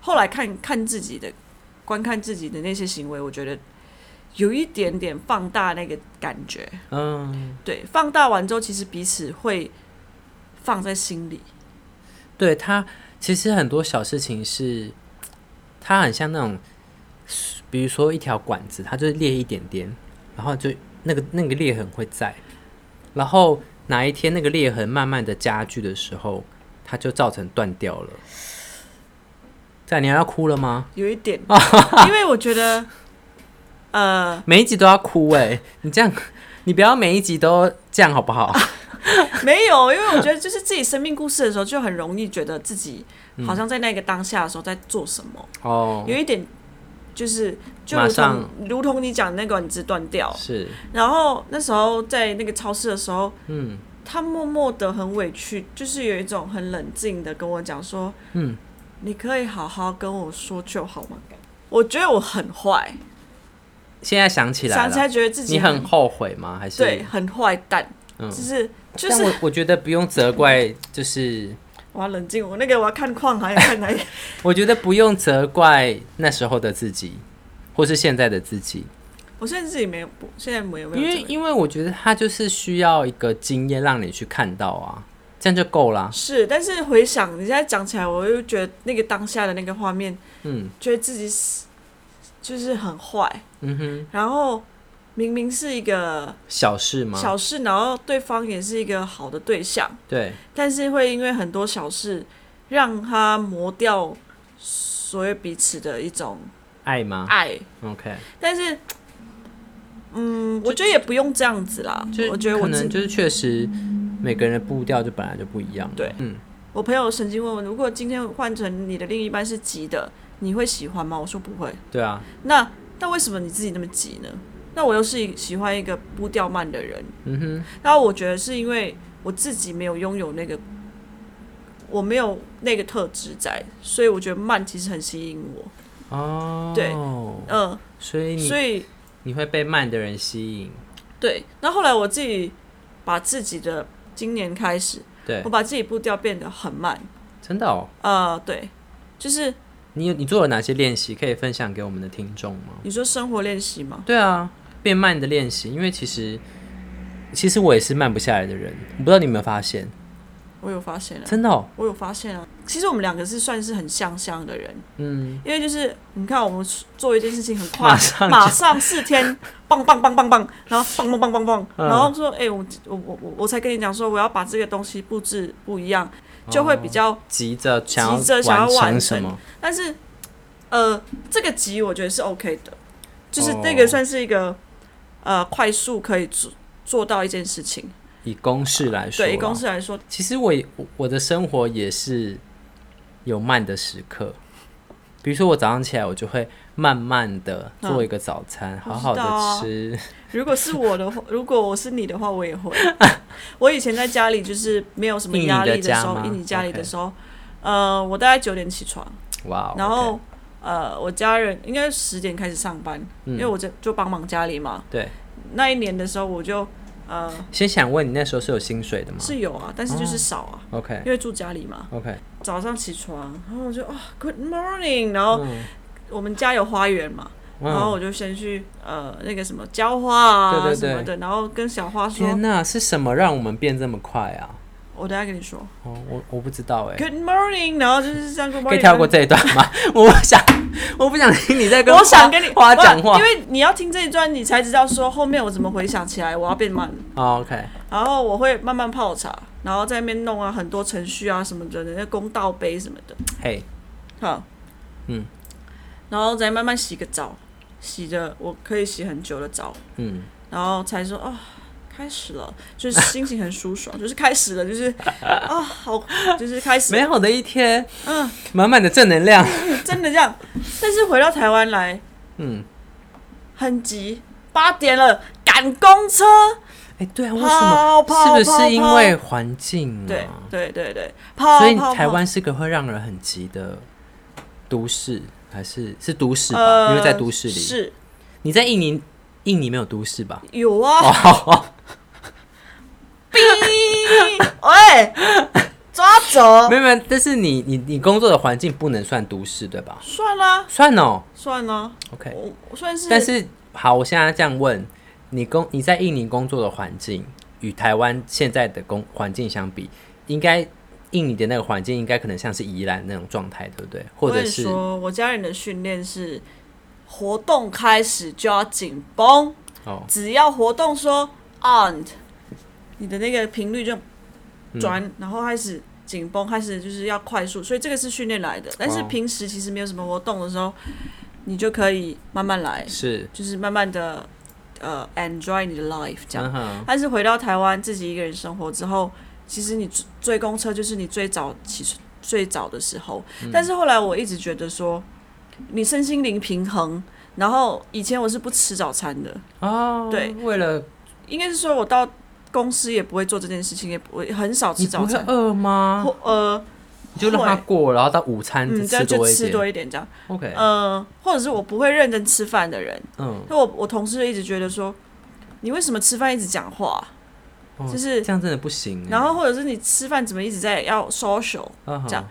Speaker 2: 后来看看自己的，观看自己的那些行为，我觉得有一点点放大那个感觉。
Speaker 1: 嗯，
Speaker 2: 对，放大完之后，其实彼此会放在心里。
Speaker 1: 对它其实很多小事情是，它很像那种，比如说一条管子，它就是裂一点点，然后就那个那个裂痕会在，然后哪一天那个裂痕慢慢的加剧的时候，它就造成断掉了。这样你要哭了吗？
Speaker 2: 有 一点，因为我觉得，呃，
Speaker 1: 每一集都要哭哎、你这样，你不要每一集都这样好不 好？
Speaker 2: 没有，因为我觉得就是自己生命故事的时候，就很容易觉得自己好像在那个当下的时候在做什么，
Speaker 1: 哦，
Speaker 2: 有一点就是就
Speaker 1: 马
Speaker 2: 如同
Speaker 1: 上
Speaker 2: 如同你讲的那个管子断掉，
Speaker 1: 是，
Speaker 2: 然后那时候在那个超市的时候，
Speaker 1: 嗯
Speaker 2: 他默默的很委屈，就是有一种很冷静的跟我讲说，
Speaker 1: 嗯，
Speaker 2: 你可以好好跟我说就好吗？我觉得我很坏，
Speaker 1: 现在想起来
Speaker 2: 想
Speaker 1: 了
Speaker 2: 起来觉得自己
Speaker 1: 你很后悔吗？还是
Speaker 2: 对，很坏蛋，
Speaker 1: 嗯
Speaker 2: 就是就
Speaker 1: 但
Speaker 2: 是
Speaker 1: 我我觉得不用责怪，就是
Speaker 2: 我要冷静，我那个我要看矿还要 看哪一个
Speaker 1: 我觉得不用责怪那时候的自己，或是现在的自己，
Speaker 2: 我现在自己没有，不现在没有没有
Speaker 1: 因为
Speaker 2: 这个
Speaker 1: 因为我觉得他就是需要一个经验让你去看到啊，这样就够啦。
Speaker 2: 是，但是回想你现在讲起来，我又觉得那个当下的那个画面，
Speaker 1: 嗯
Speaker 2: 觉得自己是就是很坏，
Speaker 1: 嗯哼，
Speaker 2: 然后明明是一个
Speaker 1: 小事吗？
Speaker 2: 小事，然后对方也是一个好的对象，
Speaker 1: 对，
Speaker 2: 但是会因为很多小事让他磨掉所有彼此的一种
Speaker 1: 爱吗
Speaker 2: 爱，
Speaker 1: ？OK，
Speaker 2: 但是。嗯，我觉得也不用这样子啦
Speaker 1: 就。是
Speaker 2: 我觉得
Speaker 1: 可
Speaker 2: 我自
Speaker 1: 能就是确实每个人的步调就本来就不一样。
Speaker 2: 对，
Speaker 1: 嗯，
Speaker 2: 我朋友曾经问我，如果今天换成你的另一半是急的，你会喜欢吗？我说不会。
Speaker 1: 对啊，
Speaker 2: 那那为什么你自己那么急呢？那我又是喜欢一个步调慢的人，
Speaker 1: 嗯哼，
Speaker 2: 然后我觉得是因为我自己没有拥有那个，我没有那个特质在，所以我觉得慢其实很吸引我。
Speaker 1: 哦，
Speaker 2: 对，嗯、
Speaker 1: 所以哦哎你
Speaker 2: 所以
Speaker 1: 你会被慢的人吸引，
Speaker 2: 对，那后来我自己把自己的今年开始，
Speaker 1: 对
Speaker 2: 我，把自己步调变得很慢。
Speaker 1: 真的哦。
Speaker 2: 呃，对，就是
Speaker 1: 你你做了哪些练习可以分享给我们的听众吗？
Speaker 2: 你说生活练习吗？
Speaker 1: 对啊，变慢的练习，因为其实其实我也是慢不下来的人，我不知道你有没有发现，
Speaker 2: 我有发现了，
Speaker 1: 真的、哦，
Speaker 2: 我有发现啊。其实我们两个是算是很相像的人，
Speaker 1: 嗯，
Speaker 2: 因为就是你看我们做一件事情很快，
Speaker 1: 马
Speaker 2: 马
Speaker 1: 上
Speaker 2: 上四天，棒棒棒棒棒，然后棒棒棒棒棒，
Speaker 1: 嗯
Speaker 2: 然后说，哎、我我我我我才跟你讲说，我要把这个东西布置不一样，就会比较。
Speaker 1: 急着想
Speaker 2: 急着想要
Speaker 1: 完
Speaker 2: 完
Speaker 1: 什
Speaker 2: 成
Speaker 1: 么？
Speaker 2: 但是，呃，这个集我觉得是 OK 的，就是
Speaker 1: 哦
Speaker 2: 那个算是一个、呃快速可以做做到一件事情。
Speaker 1: 以公式来说啦，啊
Speaker 2: 对，以公司来说，
Speaker 1: 其实我也我我的生活也是有慢的时刻，比如说我早上起来，我就会慢慢的做一个早餐，
Speaker 2: 我
Speaker 1: 好好
Speaker 2: 知道啊
Speaker 1: 的吃，
Speaker 2: 如果是我的话，如果我是你的话，我 也会。我以前在家里就是没有什么
Speaker 1: 印尼
Speaker 2: 压
Speaker 1: 的
Speaker 2: 力的
Speaker 1: 家
Speaker 2: 时候
Speaker 1: 吗，
Speaker 2: 印尼家里的
Speaker 1: OK
Speaker 2: 时候，呃，我大概九点起床。
Speaker 1: 哇、
Speaker 2: 啊然
Speaker 1: OK
Speaker 2: 后呃，我家人应该十点开始上班，因为我就就帮忙家里嘛。
Speaker 1: 嗯对，
Speaker 2: 那一年的时候，我就呃
Speaker 1: 先想问你那时候是有薪水的吗
Speaker 2: 是有啊，但是就是
Speaker 1: 哦
Speaker 2: 少啊，
Speaker 1: ？OK
Speaker 2: 因为住家里嘛。
Speaker 1: OK，
Speaker 2: 早上起床，然后我就啊、g o o d morning，然
Speaker 1: 嗯
Speaker 2: 后我们家有花园嘛。然后我就先去呃那个什么浇花
Speaker 1: 对
Speaker 2: 啊
Speaker 1: 对
Speaker 2: 什么
Speaker 1: 对
Speaker 2: 的，然后跟小花说，
Speaker 1: 天哪，是什么让我们变这么快啊？
Speaker 2: 我等一下跟你说
Speaker 1: 哦，我我不知道哎、
Speaker 2: Good morning，然后就是这样 Good morning，
Speaker 1: 可以跳过这一段 吗？我不想，我不想听你在跟
Speaker 2: 我想跟你
Speaker 1: 花
Speaker 2: 不
Speaker 1: 讲话
Speaker 2: 因。为你要听这一段，你才知道说后面我怎么回想起来，我要变慢。
Speaker 1: 哦 OK，
Speaker 2: 然后我会慢慢泡茶，然后在那边弄啊很多程序啊什么的，那公道杯什么的，
Speaker 1: 嘿，
Speaker 2: 好，
Speaker 1: 嗯，
Speaker 2: 然后再慢慢洗个澡，洗的我可以洗很久的澡，
Speaker 1: 嗯，
Speaker 2: 然后才说啊、开始了， 就是心情很舒爽，就是开始了，就是啊好，就是开始了，
Speaker 1: 美好的一天，
Speaker 2: 嗯，
Speaker 1: 满满的正能 量。
Speaker 2: 真的这样。但是回到台湾来
Speaker 1: 嗯，
Speaker 2: 很急，八点了赶公车，
Speaker 1: 哎、对啊，为什么？
Speaker 2: 跑跑
Speaker 1: 是不
Speaker 2: 跑
Speaker 1: 是因
Speaker 2: 跑
Speaker 1: 为环境
Speaker 2: 对
Speaker 1: 啊？
Speaker 2: 对对对，跑
Speaker 1: 所以
Speaker 2: 跑
Speaker 1: 台
Speaker 2: 跑
Speaker 1: 湾是个会让人很急的都市，还是是都市吧？
Speaker 2: 呃
Speaker 1: 因为在都市里，
Speaker 2: 是
Speaker 1: 你在印尼，印尼没有都市吧？
Speaker 2: 有啊。
Speaker 1: 哦，好好
Speaker 2: 喂，抓走！
Speaker 1: 没有没有，但是你你你工作的环境不能算都市对吧？
Speaker 2: 算啦，
Speaker 1: 算哦
Speaker 2: 算啦，
Speaker 1: ，OK。
Speaker 2: 我我算是，
Speaker 1: 但是好，我现在这样问你工你在印尼工作的环境与台湾现在的工环境相比，应该印尼的那个环境应该可能像是宜兰那种状态，对不对？或
Speaker 2: 我跟
Speaker 1: 者
Speaker 2: 你
Speaker 1: 是
Speaker 2: 说，我家人的训练是活动开始就要紧绷，
Speaker 1: 哦，
Speaker 2: 只要活动说 on，你的那个频率就
Speaker 1: 嗯
Speaker 2: 转，然后开始紧绷，开始就是要快速，所以这个是训练来的。但是
Speaker 1: 哇哦
Speaker 2: 平时其实没有什么活动的时候，你就可以慢慢来，
Speaker 1: 是，
Speaker 2: 就是慢慢的呃 enjoy 你的 life 这样。
Speaker 1: 嗯哼，
Speaker 2: 但是回到台湾自己一个人生活之后，其实你追追公车就是你最早起床最早的时候。
Speaker 1: 嗯
Speaker 2: 但是后来我一直觉得说，你身心灵平衡。然后以前我是不吃早餐的，
Speaker 1: 哦，
Speaker 2: 对，
Speaker 1: 为了
Speaker 2: 应该是说我到公司也不会做这件事情，也不会很少
Speaker 1: 你
Speaker 2: 吃
Speaker 1: 不
Speaker 2: 早
Speaker 1: 会
Speaker 2: 餐。
Speaker 1: 饿吗？
Speaker 2: 或呃，
Speaker 1: 就让它过，然后到午餐
Speaker 2: 嗯，
Speaker 1: 吃
Speaker 2: 就就
Speaker 1: 多一
Speaker 2: 吃多
Speaker 1: 点。
Speaker 2: 一点这样。
Speaker 1: OK，
Speaker 2: 呃，或者是我不会认真吃饭的人，
Speaker 1: 嗯，
Speaker 2: 那我我同事就一直觉得说，你为什么吃饭一直讲话？
Speaker 1: 哦
Speaker 2: 就是
Speaker 1: 这样真的不行欸。
Speaker 2: 然后或者是你吃饭怎么一直在要 social？
Speaker 1: 啊
Speaker 2: 这样
Speaker 1: 好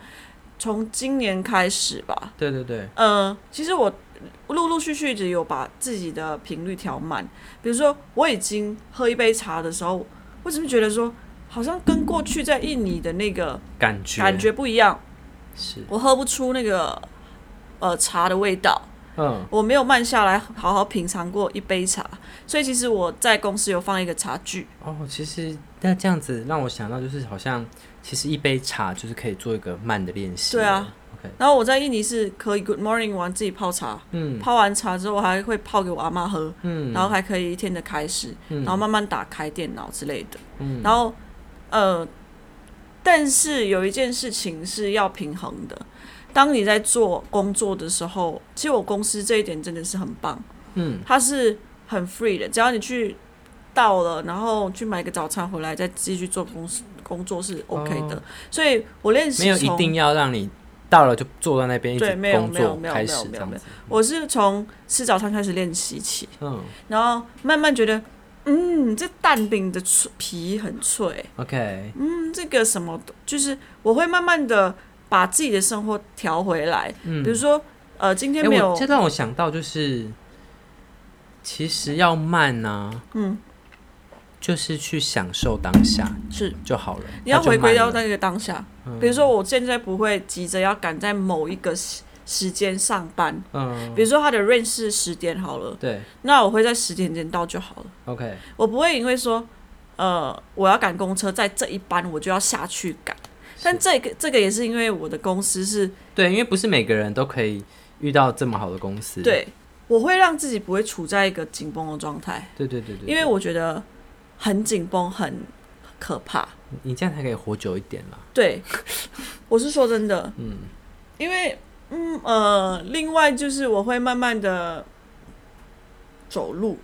Speaker 2: 从今年开始吧，
Speaker 1: 对对对，
Speaker 2: 呃，其实我陆陆续续一直有把自己的频率调慢，比如说我已经喝一杯茶的时候，我怎么觉得说好像跟过去在印尼的那个
Speaker 1: 感觉
Speaker 2: 感觉不一样，
Speaker 1: 是，
Speaker 2: 我喝不出那个呃茶的味道。
Speaker 1: 嗯，
Speaker 2: 我没有慢下来好好品尝过一杯茶，所以其实我在公司有放一个茶具，
Speaker 1: 哦，其实那这样子让我想到，就是好像其实一杯茶就是可以做一个慢的练习。
Speaker 2: 对啊，
Speaker 1: ，OK，
Speaker 2: 然后我在印尼是可以 Good Morning 完自己泡茶，
Speaker 1: 嗯
Speaker 2: 泡完茶之后我还会泡给我阿妈喝，
Speaker 1: 嗯，
Speaker 2: 然后还可以一天的开始，
Speaker 1: 嗯
Speaker 2: 然后慢慢打开电脑之类的，
Speaker 1: 嗯
Speaker 2: 然后呃，但是有一件事情是要平衡的，当你在做工作的时候，其实我公司这一点真的是很棒，
Speaker 1: 嗯
Speaker 2: 它是很 free 的，只要你去到了，然后去买个早餐回来，再继续做公司工作是 OK 的。
Speaker 1: 哦
Speaker 2: 所以我练
Speaker 1: 没
Speaker 2: 习
Speaker 1: 有一定
Speaker 2: 从
Speaker 1: 要让你到了就坐在那边一
Speaker 2: 对
Speaker 1: 直
Speaker 2: 没有
Speaker 1: 工
Speaker 2: 没有
Speaker 1: 作
Speaker 2: 没有
Speaker 1: 开
Speaker 2: 没有
Speaker 1: 始
Speaker 2: 没
Speaker 1: 这
Speaker 2: 有
Speaker 1: 样
Speaker 2: 没有
Speaker 1: 子。
Speaker 2: 我是从吃早餐开始练习起，
Speaker 1: 嗯
Speaker 2: 然后慢慢觉得，嗯，这蛋饼的脆皮很脆，
Speaker 1: ，OK，
Speaker 2: 嗯，这个什么就是我会慢慢的把自己的生活调回来，
Speaker 1: 嗯
Speaker 2: 比如说呃今天
Speaker 1: 哎
Speaker 2: 没有、
Speaker 1: 我这让我想到就是，其实要慢啊，
Speaker 2: 嗯
Speaker 1: 就是去享受当下
Speaker 2: 是
Speaker 1: 就好了。
Speaker 2: 你要
Speaker 1: 它就
Speaker 2: 回归
Speaker 1: 慢
Speaker 2: 到
Speaker 1: 了嗯
Speaker 2: 那个当下。比如说，我现在不会急着要赶在某一个时时间上班。
Speaker 1: 嗯，
Speaker 2: 比如说，他的 range 是十点好了，
Speaker 1: 对
Speaker 2: 那我会在十点前到就好了。
Speaker 1: ，OK，
Speaker 2: 我不会因为说，呃，我要赶公车，在这一班我就要下去赶。但这个这个也是因为我的公司是
Speaker 1: 对，因为不是每个人都可以遇到这么好的公司。
Speaker 2: 对，我会让自己不会处在一个紧绷的状态，
Speaker 1: 对对对对，
Speaker 2: 因为我觉得很紧绷很可怕。
Speaker 1: 你这样才可以活久一点啦。
Speaker 2: 对，我是说真的，嗯，因为嗯呃，另外就是我会慢慢的走路，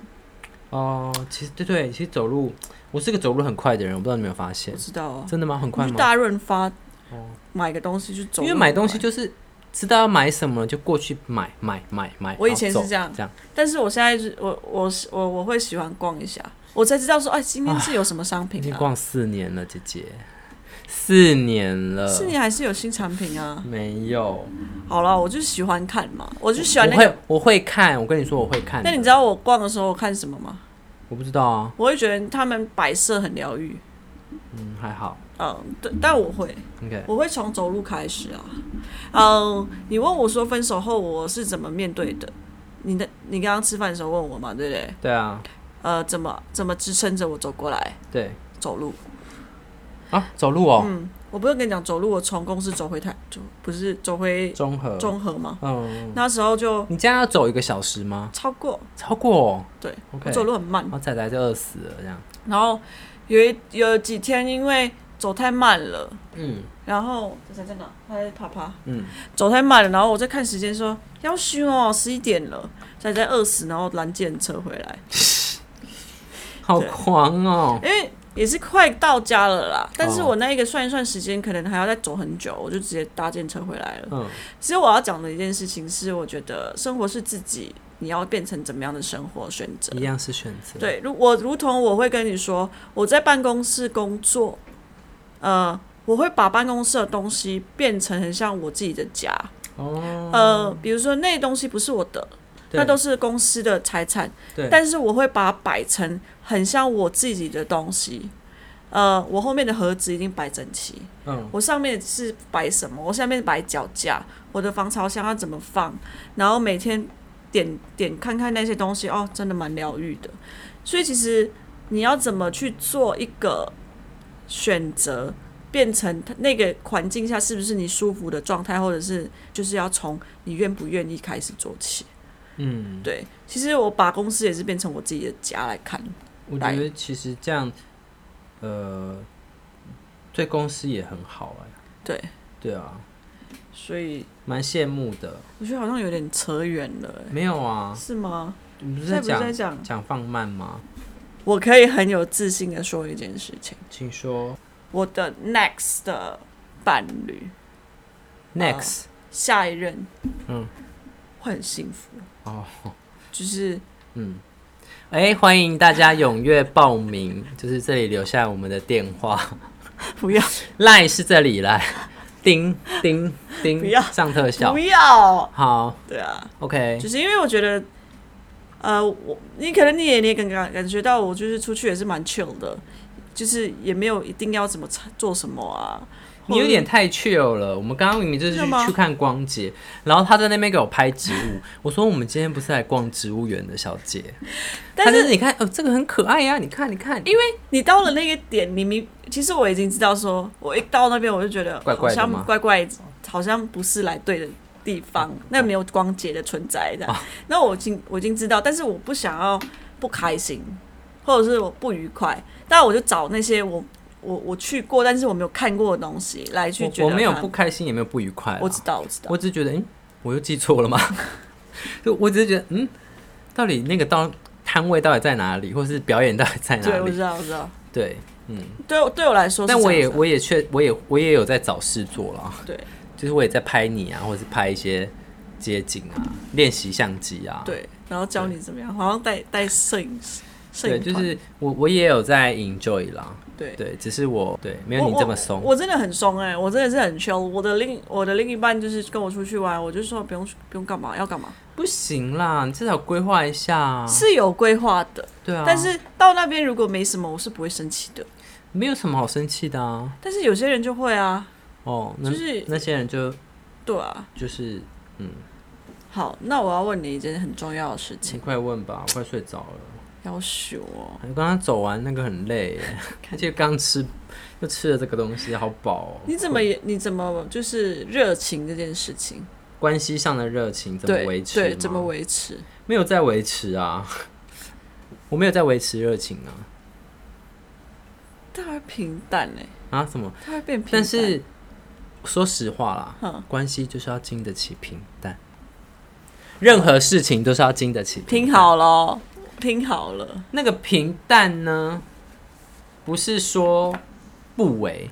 Speaker 1: 哦，其实对对，其实走路，我是个走路很快的人，我不知道你有没有发现
Speaker 2: 我，知道啊，
Speaker 1: 真的吗？很快
Speaker 2: 去
Speaker 1: 吗？哦
Speaker 2: 大润发买个东西就走
Speaker 1: 因
Speaker 2: 路很快，
Speaker 1: 为买东西就是知道要买什么就过去买买买买。
Speaker 2: 我以
Speaker 1: 然后
Speaker 2: 前
Speaker 1: 走
Speaker 2: 是这样
Speaker 1: 这样，
Speaker 2: 但是我现在是我我是我我会喜欢逛一下，我才知道说哎今天是有什么商
Speaker 1: 已
Speaker 2: 品
Speaker 1: 经
Speaker 2: 啊，
Speaker 1: 逛四年了，姐姐，四年了，
Speaker 2: 是你还是有新产品啊？
Speaker 1: 没有。
Speaker 2: 好了，我就喜欢看嘛，我就喜欢
Speaker 1: 我
Speaker 2: 那个。
Speaker 1: 会我会看，我跟你说我会看的。
Speaker 2: 那你知道我逛的时候我看什么吗？
Speaker 1: 我不知道啊，
Speaker 2: 我会觉得他们摆设很疗愈，
Speaker 1: 嗯，还好
Speaker 2: 嗯，对，但我会，
Speaker 1: ，OK，
Speaker 2: 我会从走路开始啊。嗯，你问我说分手后我是怎么面对的？你的你刚刚吃饭的时候问我嘛，对不对？
Speaker 1: 对啊，
Speaker 2: 呃，怎么怎么支撑着我走过来
Speaker 1: 对
Speaker 2: 走路？
Speaker 1: 啊，走路哦，
Speaker 2: 嗯，我不是跟你讲走路，我从公司走回台，就不是走回
Speaker 1: 综合，
Speaker 2: 中和吗？
Speaker 1: 嗯，
Speaker 2: 那时候就
Speaker 1: 你这样要走一个小时吗？
Speaker 2: 超过，
Speaker 1: 超过哦
Speaker 2: 对我
Speaker 1: ，OK，
Speaker 2: 走路很慢。
Speaker 1: 我仔仔就饿死了，这样，
Speaker 2: 然后有一有几天因为走太慢了，
Speaker 1: 嗯
Speaker 2: 然后这在在哪？他在爬爬。
Speaker 1: 嗯，
Speaker 2: 走太慢了，然后我在看时间说要凶哦，十一点了，才在饿死，然后拦计程车回来，
Speaker 1: 好
Speaker 2: 对
Speaker 1: 狂哦，
Speaker 2: 因为也是快到家了啦。但是
Speaker 1: 哦
Speaker 2: 我那一个算一算时间，可能还要再走很久，我就直接搭计程车回来了。
Speaker 1: 嗯，
Speaker 2: 其实我要讲的一件事情是，我觉得生活是自己你要变成怎么样的生活选择
Speaker 1: 一。样是选择，，
Speaker 2: 对，如我如同我会跟你说，我在办公室工作，呃，我会把办公室的东西变成很像我自己的家。
Speaker 1: 哦，
Speaker 2: 呃，比如说那东西不是我的，那
Speaker 1: 对
Speaker 2: 都是公司的财产，
Speaker 1: 对，
Speaker 2: 但是我会把它摆成很像我自己的东西。呃，我后面的盒子一定摆整齐，
Speaker 1: 嗯，
Speaker 2: 我上面是摆什么，我下面摆脚架，我的防潮箱要怎么放，然后每天点点看看那些东西，哦，真的蛮疗愈的。所以其实你要怎么去做一个选择，变成它那个环境下是不是你舒服的状态，或者是就是要从你愿不愿意开始做起。
Speaker 1: 嗯，
Speaker 2: 对，其实我把公司也是变成我自己的家来看。
Speaker 1: 我觉得其实这样，呃，对公司也很好哎，
Speaker 2: 对，
Speaker 1: 对啊，
Speaker 2: 所以
Speaker 1: 蛮羡慕的，
Speaker 2: 我觉得好像有点扯远了、
Speaker 1: 没有啊
Speaker 2: 欸，，是吗？
Speaker 1: 你不是在
Speaker 2: 现在不
Speaker 1: 讲
Speaker 2: 是在讲
Speaker 1: 讲放慢吗？
Speaker 2: 我可以很有自信的说一件事情，
Speaker 1: 请说。
Speaker 2: 我的 next 的伴侣，
Speaker 1: Next，
Speaker 2: 下一任，
Speaker 1: 嗯，
Speaker 2: 会很幸福。
Speaker 1: 哦，
Speaker 2: 就是
Speaker 1: 嗯，哎、欢迎大家踊跃报名， 就是这里留下我们的电话
Speaker 2: 不要
Speaker 1: 赖是这里来，叮叮叮，
Speaker 2: 不要
Speaker 1: 上特效
Speaker 2: 不，要，
Speaker 1: 好
Speaker 2: 对啊，
Speaker 1: ，OK，
Speaker 2: 就是因为我觉得，呃，我你可能你也你也感感感觉到我就是出去也是蛮 chill 的，就是也没有一定要怎么做什么啊。
Speaker 1: 你有点太 chill 了。我们刚刚明明就是
Speaker 2: 真
Speaker 1: 去
Speaker 2: 的吗
Speaker 1: 去看光节，然后他在那边给我拍植物，我说我们今天不是来逛植物园的，小姐。
Speaker 2: 但
Speaker 1: 是你看，哦，这个很可爱呀、你看，你看，因为
Speaker 2: 你到了那个点，你明其实我已经知道说，我一到那边我就觉得
Speaker 1: 怪怪的
Speaker 2: 好
Speaker 1: 吗
Speaker 2: 像怪怪，好像不是来对的地方，
Speaker 1: 哦
Speaker 2: 那没有光洁的存在的。那我已经我已经知道，但是我不想要不开心，或者是我不愉快，但我就找那些我我我去过，但是我没有看过的东西来去觉
Speaker 1: 我
Speaker 2: 得
Speaker 1: 我没有
Speaker 2: 它
Speaker 1: 不开心，也没有不愉快啊、
Speaker 2: 我知道我知道，
Speaker 1: 我只是觉得，嗯，我又记错了吗？ 就我只是觉得，嗯，到底那个到摊位到底在哪里，或是表演到底在哪
Speaker 2: 对我知
Speaker 1: 里？
Speaker 2: 道我知道，
Speaker 1: 对，嗯，
Speaker 2: 对我对我来说是这
Speaker 1: 但
Speaker 2: 样子
Speaker 1: 我
Speaker 2: 啊，
Speaker 1: 也我也确我也我也有在找事做了，
Speaker 2: 对
Speaker 1: 就是我也在拍你啊，或者是拍一些街景啊，练习相机啊，
Speaker 2: 对，然后教你怎么样，好像带带摄影师摄
Speaker 1: 对，
Speaker 2: 影
Speaker 1: 就
Speaker 2: 团
Speaker 1: 是我我也有在 enjoy 啦，
Speaker 2: 对。
Speaker 1: 对，只是我对没有你这么松，
Speaker 2: 我我。我真的很松哎、我真的是很 chill。我的另我的另一半就是跟我出去玩，我就说不用去不用干嘛，要干嘛、
Speaker 1: 不行啦，你至少规划一下啊，
Speaker 2: 是有规划的。
Speaker 1: 对啊，
Speaker 2: 但是到那边如果没什么，我是不会生气的。
Speaker 1: 没有什么好生气的啊，
Speaker 2: 但是有些人就会啊，
Speaker 1: 哦，那、
Speaker 2: 就是
Speaker 1: 那些人就
Speaker 2: 对啊。
Speaker 1: 就是
Speaker 2: 好，那我要问你一件很重要的事情
Speaker 1: 请，快问吧，我快睡着了。
Speaker 2: 要学哦。
Speaker 1: 我刚刚走完那个很累耶， 而且刚吃又吃了这个东西，好饱、哦。
Speaker 2: 你怎么也你怎么就是热情这件事情，
Speaker 1: 关系上的热情怎么
Speaker 2: 对
Speaker 1: 维持吗？
Speaker 2: 对怎么维持？
Speaker 1: 没有在维持啊？ 我没有在维持热情啊
Speaker 2: 它会平淡哎、
Speaker 1: 啊什么？
Speaker 2: 它会变平淡。
Speaker 1: 但是说实话啦
Speaker 2: 嗯，
Speaker 1: 关系就是要经得起平淡，任何事情都是要经得起平
Speaker 2: 听
Speaker 1: 淡。
Speaker 2: 好了，听好了。
Speaker 1: 那个平淡呢，不是说不为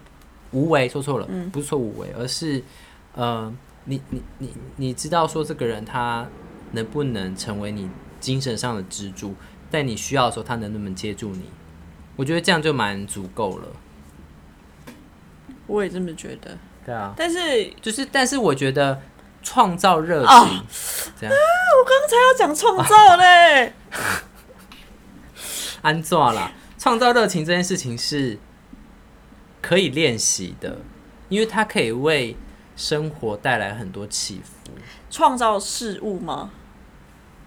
Speaker 1: 无为，说错了，不是说无为，而是呃，你你你你知道说这个人他能不能成为你精神上的支柱，在你需要的时候他能不能接住你，我觉得这样就蛮足够了。
Speaker 2: 我也这么觉得，
Speaker 1: 对啊，
Speaker 2: 但是
Speaker 1: 就是但是我觉得创造热情，
Speaker 2: 哦
Speaker 1: 这样
Speaker 2: 要讲创造嘞，
Speaker 1: 安坐啦。创造热情这件事情是可以练习的，因为它可以为生活带来很多起伏。
Speaker 2: 创造事物吗？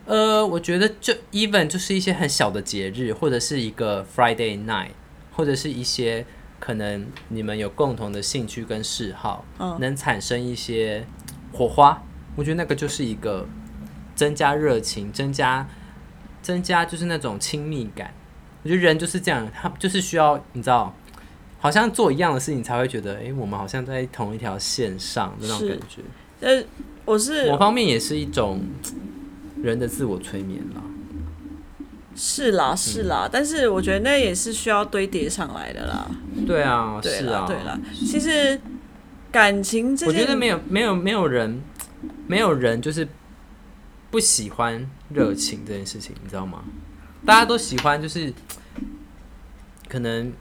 Speaker 1: 呃，我觉得就 even 就是一些很小的节日，或者是一个 Friday night，或者是一些可能你们有共同的兴趣跟嗜好，
Speaker 2: 嗯
Speaker 1: 能产生一些火花。我觉得那个就是一个增加热情，增加增加就是那种亲密感。我觉得人就是这样，他就是需要你知道，好像做一样的事情才会觉得，诶，我们好像在同一条线上的那种
Speaker 2: 是
Speaker 1: 感觉。
Speaker 2: 呃，我是
Speaker 1: 某方面也是一种人的自我催眠啦。
Speaker 2: 是
Speaker 1: 嗯
Speaker 2: 啦是啦，但是我觉得那也是需要堆叠上来的啦。
Speaker 1: 对啊，
Speaker 2: 对
Speaker 1: 是
Speaker 2: 啦、
Speaker 1: 啊，
Speaker 2: 对啦，其实感情这
Speaker 1: 我觉
Speaker 2: 件
Speaker 1: 得没有没有没有人没有人就是不喜欢热情这件事情，你知道吗？大家都喜欢，就是可能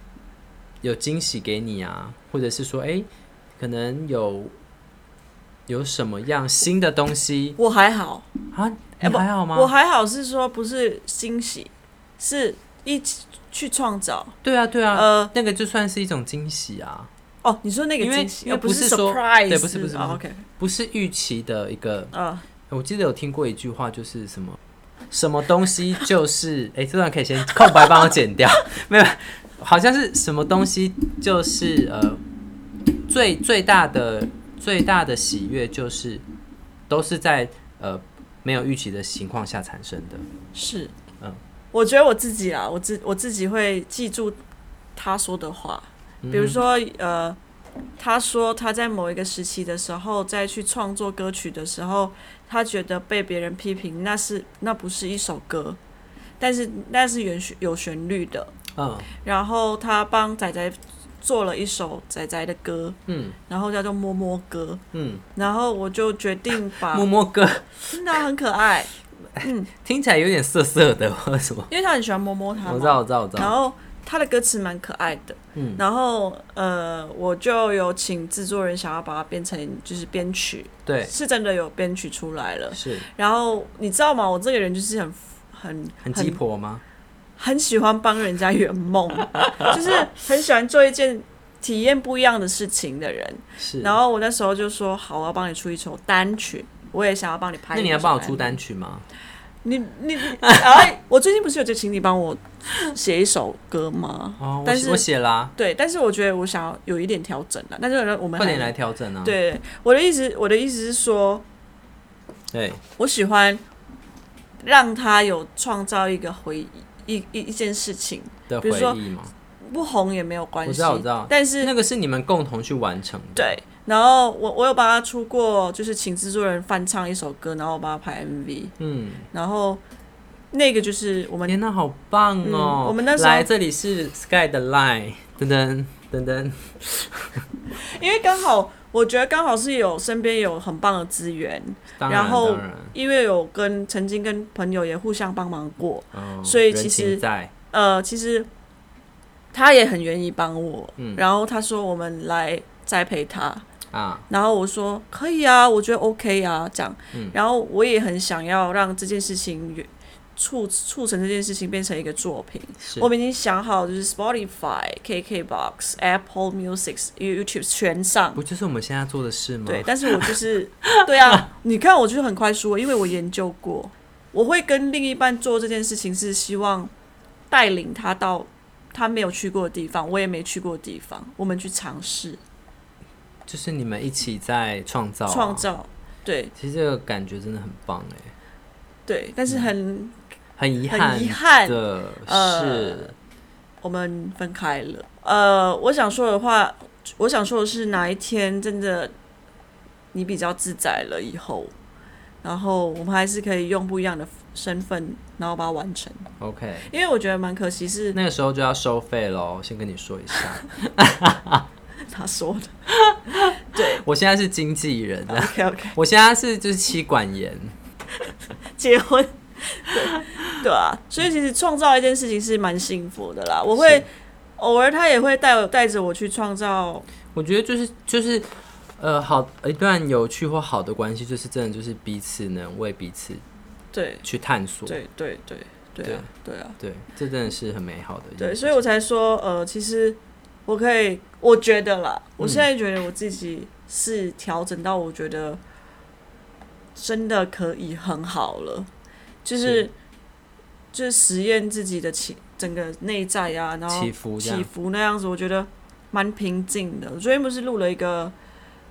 Speaker 1: 有惊喜给你啊，或者是说，哎、可能有有什么样新的东西
Speaker 2: 我还好，
Speaker 1: 啊？你
Speaker 2: 哎不
Speaker 1: 还好
Speaker 2: 我
Speaker 1: 吗？
Speaker 2: 还好是说不是惊喜，是一起去创造。
Speaker 1: 对啊，对啊，
Speaker 2: 呃，
Speaker 1: 那个就算是一种惊喜啊，
Speaker 2: 哦，你说那个
Speaker 1: 因为
Speaker 2: 惊喜，
Speaker 1: 因为
Speaker 2: 哦不
Speaker 1: 不是说
Speaker 2: surprise，
Speaker 1: 对不是不是不是
Speaker 2: o k
Speaker 1: 不是预期的一个
Speaker 2: 啊，
Speaker 1: 我记得有听过一句话，就是什么什么东西就是， 哎、这段可以先空白帮我剪掉， 没有，好像是什么东西就是呃，最最大的最大的喜悦就是都是在呃没有预期的情况下产生的。
Speaker 2: 是，
Speaker 1: 嗯
Speaker 2: 我觉得我自己啊，我自我自己会记住他说的话，
Speaker 1: 嗯
Speaker 2: 比如说呃，他说他在某一个时期的时候，再去创作歌曲的时候，他觉得被别人批评，那是那不是一首歌，但是那是原有旋律的。
Speaker 1: 嗯，
Speaker 2: 然后他帮仔仔做了一首仔仔的歌，
Speaker 1: 嗯
Speaker 2: 然后叫做摸摸歌，
Speaker 1: 嗯，
Speaker 2: 然后我就决定把
Speaker 1: 摸摸哥
Speaker 2: 真的很可爱，
Speaker 1: 听起来有点涩涩的，或者什么？
Speaker 2: 因为他很喜欢摸摸他
Speaker 1: 我知
Speaker 2: 嘛，
Speaker 1: 道，我知道，我知
Speaker 2: 然
Speaker 1: 道。
Speaker 2: 后他的歌词蛮可爱的，
Speaker 1: 嗯
Speaker 2: 然后呃，我就有请制作人想要把它变成就是编曲，
Speaker 1: 对，
Speaker 2: 是真的有编曲出来了。
Speaker 1: 是
Speaker 2: 然后你知道吗？我这个人就是很很
Speaker 1: 很鸡婆吗？
Speaker 2: 很喜欢帮人家 圆梦，就是很喜欢做一件体验不一样的事情的人。
Speaker 1: 是。
Speaker 2: 然后我那时候就说好，我要帮你出一首单曲，我也想要帮你拍。
Speaker 1: 那你要帮我出单？曲吗？
Speaker 2: 你 你哎，我最近不是有就请你帮我写一首歌吗？
Speaker 1: 哦，我
Speaker 2: 但
Speaker 1: 写
Speaker 2: 是
Speaker 1: 我写啦，
Speaker 2: 对，但是我觉得我想要有一点调整啊了，但是我们
Speaker 1: 快点
Speaker 2: 还
Speaker 1: 来调整啊！
Speaker 2: 对，我的意思，我的意思是说，
Speaker 1: 对，
Speaker 2: 我喜欢让他有创造一个回忆，一一一件事情，
Speaker 1: 的
Speaker 2: 比如说
Speaker 1: 回忆嘛，
Speaker 2: 不红也没有关系。
Speaker 1: 我知道我知道
Speaker 2: 但是
Speaker 1: 那个是你们共同去完成的。
Speaker 2: 对，然后我我有帮他出过，就是请制作人翻唱一首歌，然后我帮他拍 MV，
Speaker 1: 嗯，
Speaker 2: 然后那个就是我们
Speaker 1: 天呐，好棒哦！
Speaker 2: 嗯我们那时候
Speaker 1: 来这里是 Sky 的 Line，噔噔噔噔，
Speaker 2: 因为刚好，我觉得刚好是有身边有很棒的资源，
Speaker 1: 当
Speaker 2: 然后
Speaker 1: 当然，
Speaker 2: 因为有跟曾经跟朋友也互相帮忙过，
Speaker 1: 哦
Speaker 2: 所以
Speaker 1: 人
Speaker 2: 其
Speaker 1: 情
Speaker 2: 实
Speaker 1: 在
Speaker 2: 呃，其实他也很愿意帮我，
Speaker 1: 嗯
Speaker 2: 然后他说我们来栽培他，
Speaker 1: 啊，
Speaker 2: 然后我说可以啊，我觉得 OK 啊，这样，
Speaker 1: 嗯
Speaker 2: 然后我也很想要让这件事情越促促成这件事情变成一个作品，
Speaker 1: 是
Speaker 2: 我们已经想好就是 Spotify、KKBox、Apple Music、YouTube 全上
Speaker 1: 不。就是我们现在做的事吗？
Speaker 2: 对，但是我就是， 对啊，你看我就是很快说，因为我研究过，我会跟另一半做这件事情是希望带领他到他没有去过的地方，我也没去过的地方，我们去尝试
Speaker 1: 就是你们一起在创造啊
Speaker 2: 创。造。对
Speaker 1: 其实这个感觉真的很棒哎，
Speaker 2: 对，但是很
Speaker 1: 很遗
Speaker 2: 很遗憾，
Speaker 1: 的是
Speaker 2: 呃，我们分开了。呃，我想说的话，我想说的是，哪一天真的你比较自在了以后，然后我们还是可以用不一样的身份，然后把它完成。
Speaker 1: OK，
Speaker 2: 因为我觉得蛮可惜是
Speaker 1: 那个时候就要收费喽，先跟你说一下，
Speaker 2: 他说的。
Speaker 1: 我现在是经纪人，
Speaker 2: OK OK，
Speaker 1: 我现在是就是妻管严，
Speaker 2: 结婚。对对啊，所以其实创造一件事情是蛮幸福的啦。我会
Speaker 1: 是
Speaker 2: 偶尔他也会带我带着我去创造，
Speaker 1: 我觉得就是就是，呃，好一段有趣或好的关系，就是真的就是彼此能为彼此
Speaker 2: 对
Speaker 1: 去探索，
Speaker 2: 对对对对啊对啊。
Speaker 1: 对，这真的是很美好的一件事情。
Speaker 2: 对，所以我才说，呃，其实我可以，我觉得啦，我现
Speaker 1: 嗯
Speaker 2: 在觉得我自己是调整到我觉得真的可以很好了，就是
Speaker 1: 是
Speaker 2: 就是实验自己的情整个内在啊，然后
Speaker 1: 祈福这
Speaker 2: 起
Speaker 1: 样，
Speaker 2: 伏那样子，我觉得蛮平静的。昨天不是录了一个。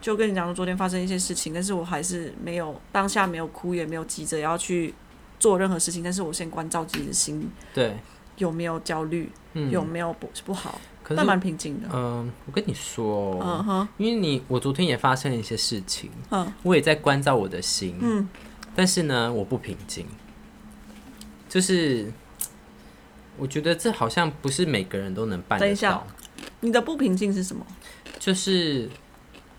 Speaker 2: 就跟你讲，昨天发生一些事情，但是我还是没有当下没有哭，也没有急着要去做任何事情，但是我先关照自己的心
Speaker 1: 对，
Speaker 2: 有没有焦虑，
Speaker 1: 嗯，
Speaker 2: 有没有不不好，
Speaker 1: 可是
Speaker 2: 但蛮平静的
Speaker 1: 嗯、。我跟你说、哦
Speaker 2: 嗯哼，
Speaker 1: 因为你我昨天也发生了一些事情，
Speaker 2: 嗯
Speaker 1: 我也在关照我的心，
Speaker 2: 嗯，
Speaker 1: 但是呢，我不平静，就是我觉得这好像不是每个人都能办
Speaker 2: 等
Speaker 1: 得
Speaker 2: 一下
Speaker 1: 到，
Speaker 2: 你的不平静是什么？啊
Speaker 1: 就是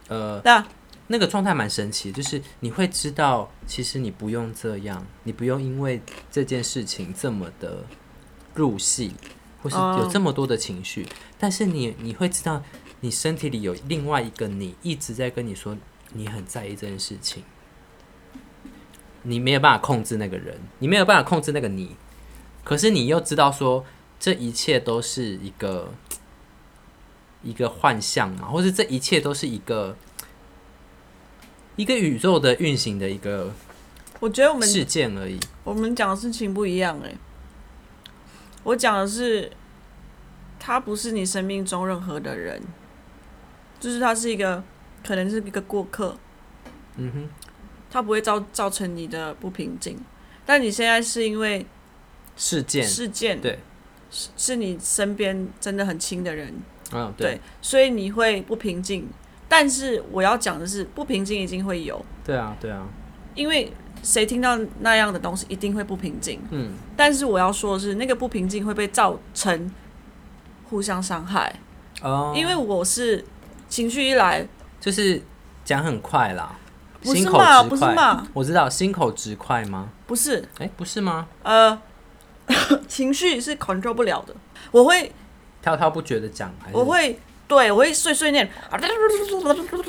Speaker 1: 呃，
Speaker 2: 那
Speaker 1: 那个状态蛮神奇的，就是你会知道，其实你不用这样，你不用因为这件事情这么的入戏，或是有这么多的情绪，但是你你会知道，你身体里有另外一个你一直在跟你说，你很在意这件事情，你没有办法控制那个人，你没有办法控制那个你，可是你又知道说，这一切都是一个一个幻象嘛，或是这一切都是一个。一个宇宙的运行的一个
Speaker 2: 我觉得我们
Speaker 1: 事件而已。
Speaker 2: 我们讲的事情不一样哎、我讲的是，他不是你生命中任何的人，就是他是一个，可能是一个过客，
Speaker 1: 嗯哼，
Speaker 2: 他不会造造成你的不平静。但你现在是因为
Speaker 1: 事件，
Speaker 2: 事件，
Speaker 1: 对，
Speaker 2: 是是你身边真的很亲的人，
Speaker 1: 嗯，
Speaker 2: 对
Speaker 1: 对，，
Speaker 2: 所以你会不平静。但是我要讲的是，不平静一定会有，
Speaker 1: 对啊，对啊，
Speaker 2: 因为谁听到那样的东西一定会不平静。
Speaker 1: 嗯，
Speaker 2: 但是我要说的是，那个不平静会被造成互相伤害，
Speaker 1: 哦，
Speaker 2: 因为我是情绪一来，
Speaker 1: 就是讲很快啦，
Speaker 2: 不
Speaker 1: 心
Speaker 2: 是
Speaker 1: 口
Speaker 2: 骂，
Speaker 1: 直
Speaker 2: 不是
Speaker 1: 快。
Speaker 2: 骂，
Speaker 1: 我知道心口直快吗？
Speaker 2: 不是，
Speaker 1: 哎、不是吗？
Speaker 2: 呃， 情绪是 control 不了的，我会
Speaker 1: 哎滔滔不绝的讲，还是
Speaker 2: 我会对我会碎碎念啊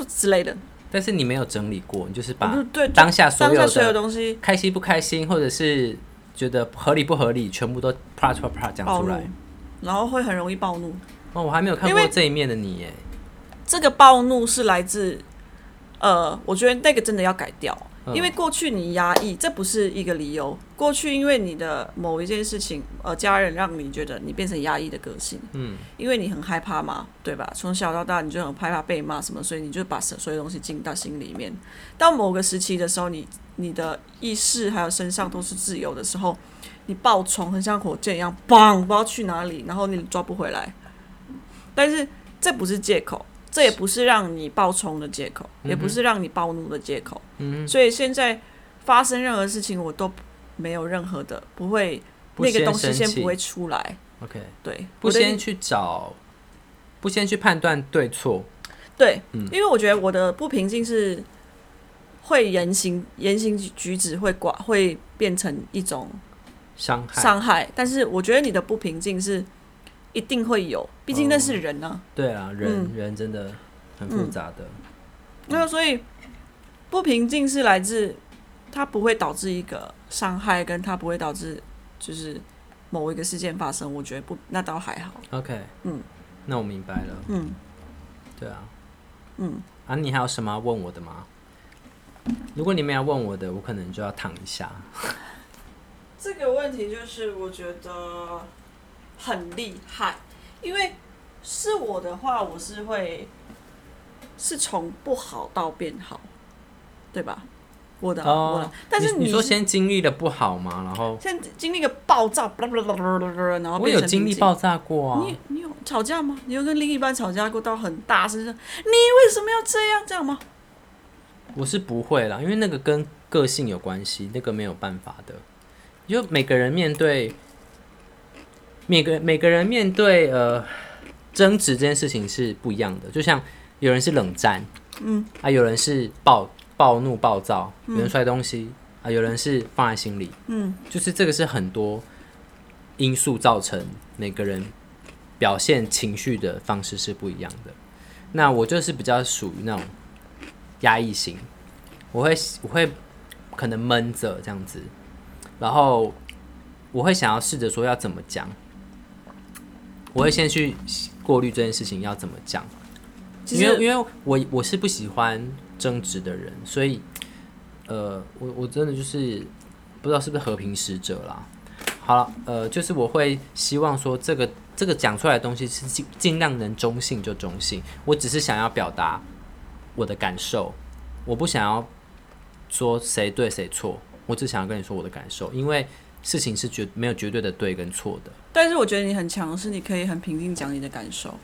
Speaker 2: 之类的，
Speaker 1: 但是你没有整理过，你就是
Speaker 2: 我
Speaker 1: 把
Speaker 2: 就对
Speaker 1: 当下所
Speaker 2: 当
Speaker 1: 有
Speaker 2: 下所有
Speaker 1: 的
Speaker 2: 东西
Speaker 1: 开心不开心，或者是觉得合理不合理，全部都啪啪啪讲
Speaker 2: 暴
Speaker 1: 出
Speaker 2: 怒
Speaker 1: 来。，
Speaker 2: 然后会很容易暴怒。
Speaker 1: 哦，我还没有看
Speaker 2: 哦因
Speaker 1: 过
Speaker 2: 为
Speaker 1: 这一面的你耶。
Speaker 2: 这个暴怒是来自，呃，我觉得那个真的要改掉，
Speaker 1: 嗯
Speaker 2: 因为过去你压抑，这不是一个理由。过去因为你的某一件事情，呃，家人让你觉得你变成压抑的个性，
Speaker 1: 嗯，
Speaker 2: 因为你很害怕嘛，对吧？从小到大你就很害怕被骂什么，所以你就把所所有东西进到心里面。到某个时期的时候，你你的意识还有身上都是自由的时候，你爆冲，很像火箭一样，砰，不知道去哪里，然后你抓不回来。但是这不是借口，这也不是让你爆冲的借口，也
Speaker 1: 嗯
Speaker 2: 不是让你暴怒的借口。嗯，所以现在发生任何事情，我都没有任何的不会
Speaker 1: 不
Speaker 2: 那个东西
Speaker 1: 生
Speaker 2: 先
Speaker 1: 气
Speaker 2: 不会出来。
Speaker 1: OK，
Speaker 2: 对，
Speaker 1: 不
Speaker 2: 我的
Speaker 1: 先去找，不先去判断对错。
Speaker 2: 对，
Speaker 1: 嗯
Speaker 2: 因为我觉得我的不平静是会言行言行举举止会寡会变成一种
Speaker 1: 伤害，
Speaker 2: 伤害，但是我觉得你的不平静是一定会有，毕竟那是人呢、
Speaker 1: 对啊，人、
Speaker 2: 嗯
Speaker 1: 人真的很复杂的，嗯
Speaker 2: 那啊所以不平静是来自它不会导致一个伤害，跟它不会导致就是某一个事件发生，我觉得不那倒还好。
Speaker 1: OK，
Speaker 2: 嗯，
Speaker 1: 那我明白了。
Speaker 2: 嗯，
Speaker 1: 对啊，
Speaker 2: 嗯，
Speaker 1: 啊，你还有什么要问我的吗？如果你们要问我的，我可能就要躺一下。
Speaker 2: 这个问题就是我觉得很厉害，因为是我的话，我是会是从不好到变好，对吧？我的啊、
Speaker 1: 哦
Speaker 2: 我的，但是
Speaker 1: 你
Speaker 2: 你
Speaker 1: 说先经历的不好嘛，然后
Speaker 2: 现在经历一个爆炸，blah blah blah blah blah blah，然后
Speaker 1: 我
Speaker 2: 变
Speaker 1: 有
Speaker 2: 成
Speaker 1: 经
Speaker 2: 平
Speaker 1: 历
Speaker 2: 静。
Speaker 1: 爆炸过啊，
Speaker 2: 你你有吵架吗？你有跟另一半吵架过到很大声说你为什么要这样这样吗？
Speaker 1: 我是不会啦，因为那个跟个性有关系，那个没有办法的。就每个人面对每个每个人面对呃争执这件事情是不一样的，就像有人是冷战，嗯，啊，有人是暴暴怒暴躁，有人摔东西、啊，有人是放在心里，嗯，就是这个是很多因素造成每个人表现情绪的方式是不一样的。那我就是比较属于那种压抑型，我会我会可能闷着这样子，然后我会想要试着说要怎么讲，我会先去过滤这件事情要怎么讲，
Speaker 2: 其
Speaker 1: 因为
Speaker 2: 实
Speaker 1: 因为我我是不喜欢争执的人，所以呃，我我真的就是不知道是不是和平使者啦。好了，呃，就是我会希望说这个这个讲出来的东西是尽尽量能中性就中性，我只是想要表达我的感受，我不想要说谁对谁错，我只想要跟你说我的感受，因为事情是绝没有绝对的对跟错的。
Speaker 2: 但是我觉得你很强的是，你可以很平静讲你的感受。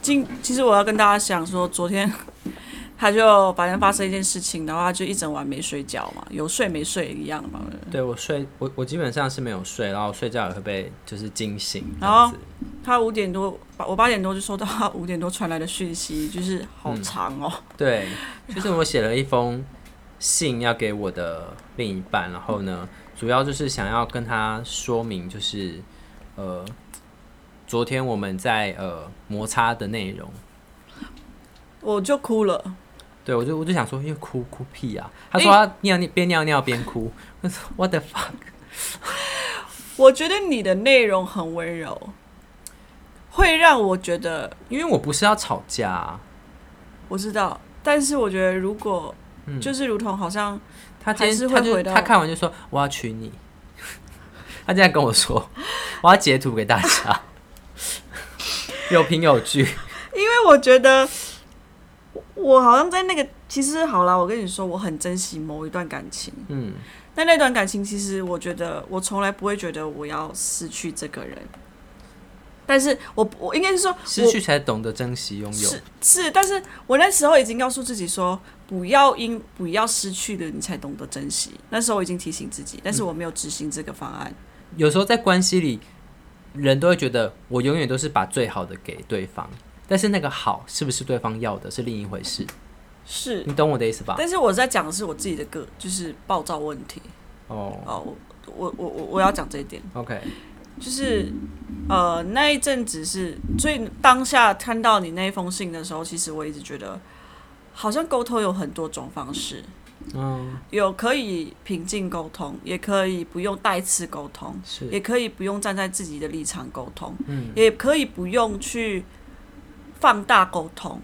Speaker 2: 今其实我要跟大家讲说，昨天 他就反正发生一件事情，然后他就一整晚没睡觉嘛，有睡没睡一样嘛。
Speaker 1: 对我睡，我我基本上是没有睡，然后睡觉也会被就是惊醒这
Speaker 2: 然
Speaker 1: 样
Speaker 2: 后
Speaker 1: 子。
Speaker 2: 他五点多，我八点多就收到他五点多传来的讯息，就是好
Speaker 1: 嗯
Speaker 2: 长哦。
Speaker 1: 对，就是我写了一封信要给我的另一半，然后呢，主要就是想要跟他说明，就是呃，昨天我们在呃摩擦的内容。
Speaker 2: 我就哭了，
Speaker 1: 对，我就我就想说，又哎哭哭屁啊！他说
Speaker 2: 哎
Speaker 1: 他尿尿边尿尿边哭，我说 What the fuck？
Speaker 2: 我觉得你的内容很温柔，会让我觉得
Speaker 1: 因为我不是要吵架、啊，
Speaker 2: 我知道，但是我觉得如果、
Speaker 1: 嗯
Speaker 2: 就是如同好像
Speaker 1: 他今
Speaker 2: 还是
Speaker 1: 天
Speaker 2: 会
Speaker 1: 他就
Speaker 2: 回到
Speaker 1: 他看完就说我要娶你， 他这样跟我说，我要截图给大家， 有凭有据。
Speaker 2: 因为我觉得我我好像在那个，其实好啦，我跟你说，我很珍惜某一段感情。
Speaker 1: 嗯，
Speaker 2: 但那段感情，其实我觉得我从来不会觉得我要失去这个人，但是我我应该是说
Speaker 1: 失去才懂得珍惜拥有。
Speaker 2: 是是，但是我那时候已经告诉自己说，不要因不要失去了你才懂得珍惜。那时候我已经提醒自己，但是我没有执行这个方案。
Speaker 1: 有时候在关系里，人都会觉得我永远都是把最好的给对方，但是那个好是不是对方要的是另一回事，
Speaker 2: 是，
Speaker 1: 你懂我的意思吧？
Speaker 2: 但是我在讲的是我自己的个，就是暴躁问题
Speaker 1: 哦
Speaker 2: 哦。我我我我我要讲这一点，
Speaker 1: ，OK，
Speaker 2: 就是呃那一阵子是，所以当下看到你那一封信的时候，其实我一直觉得好像沟通有很多种方式，
Speaker 1: 嗯，
Speaker 2: 有可以平静沟通，也可以不用带刺沟通，
Speaker 1: 是， 嗯
Speaker 2: 也可以不用站在自己的立场沟通，也可以不用去放大沟通。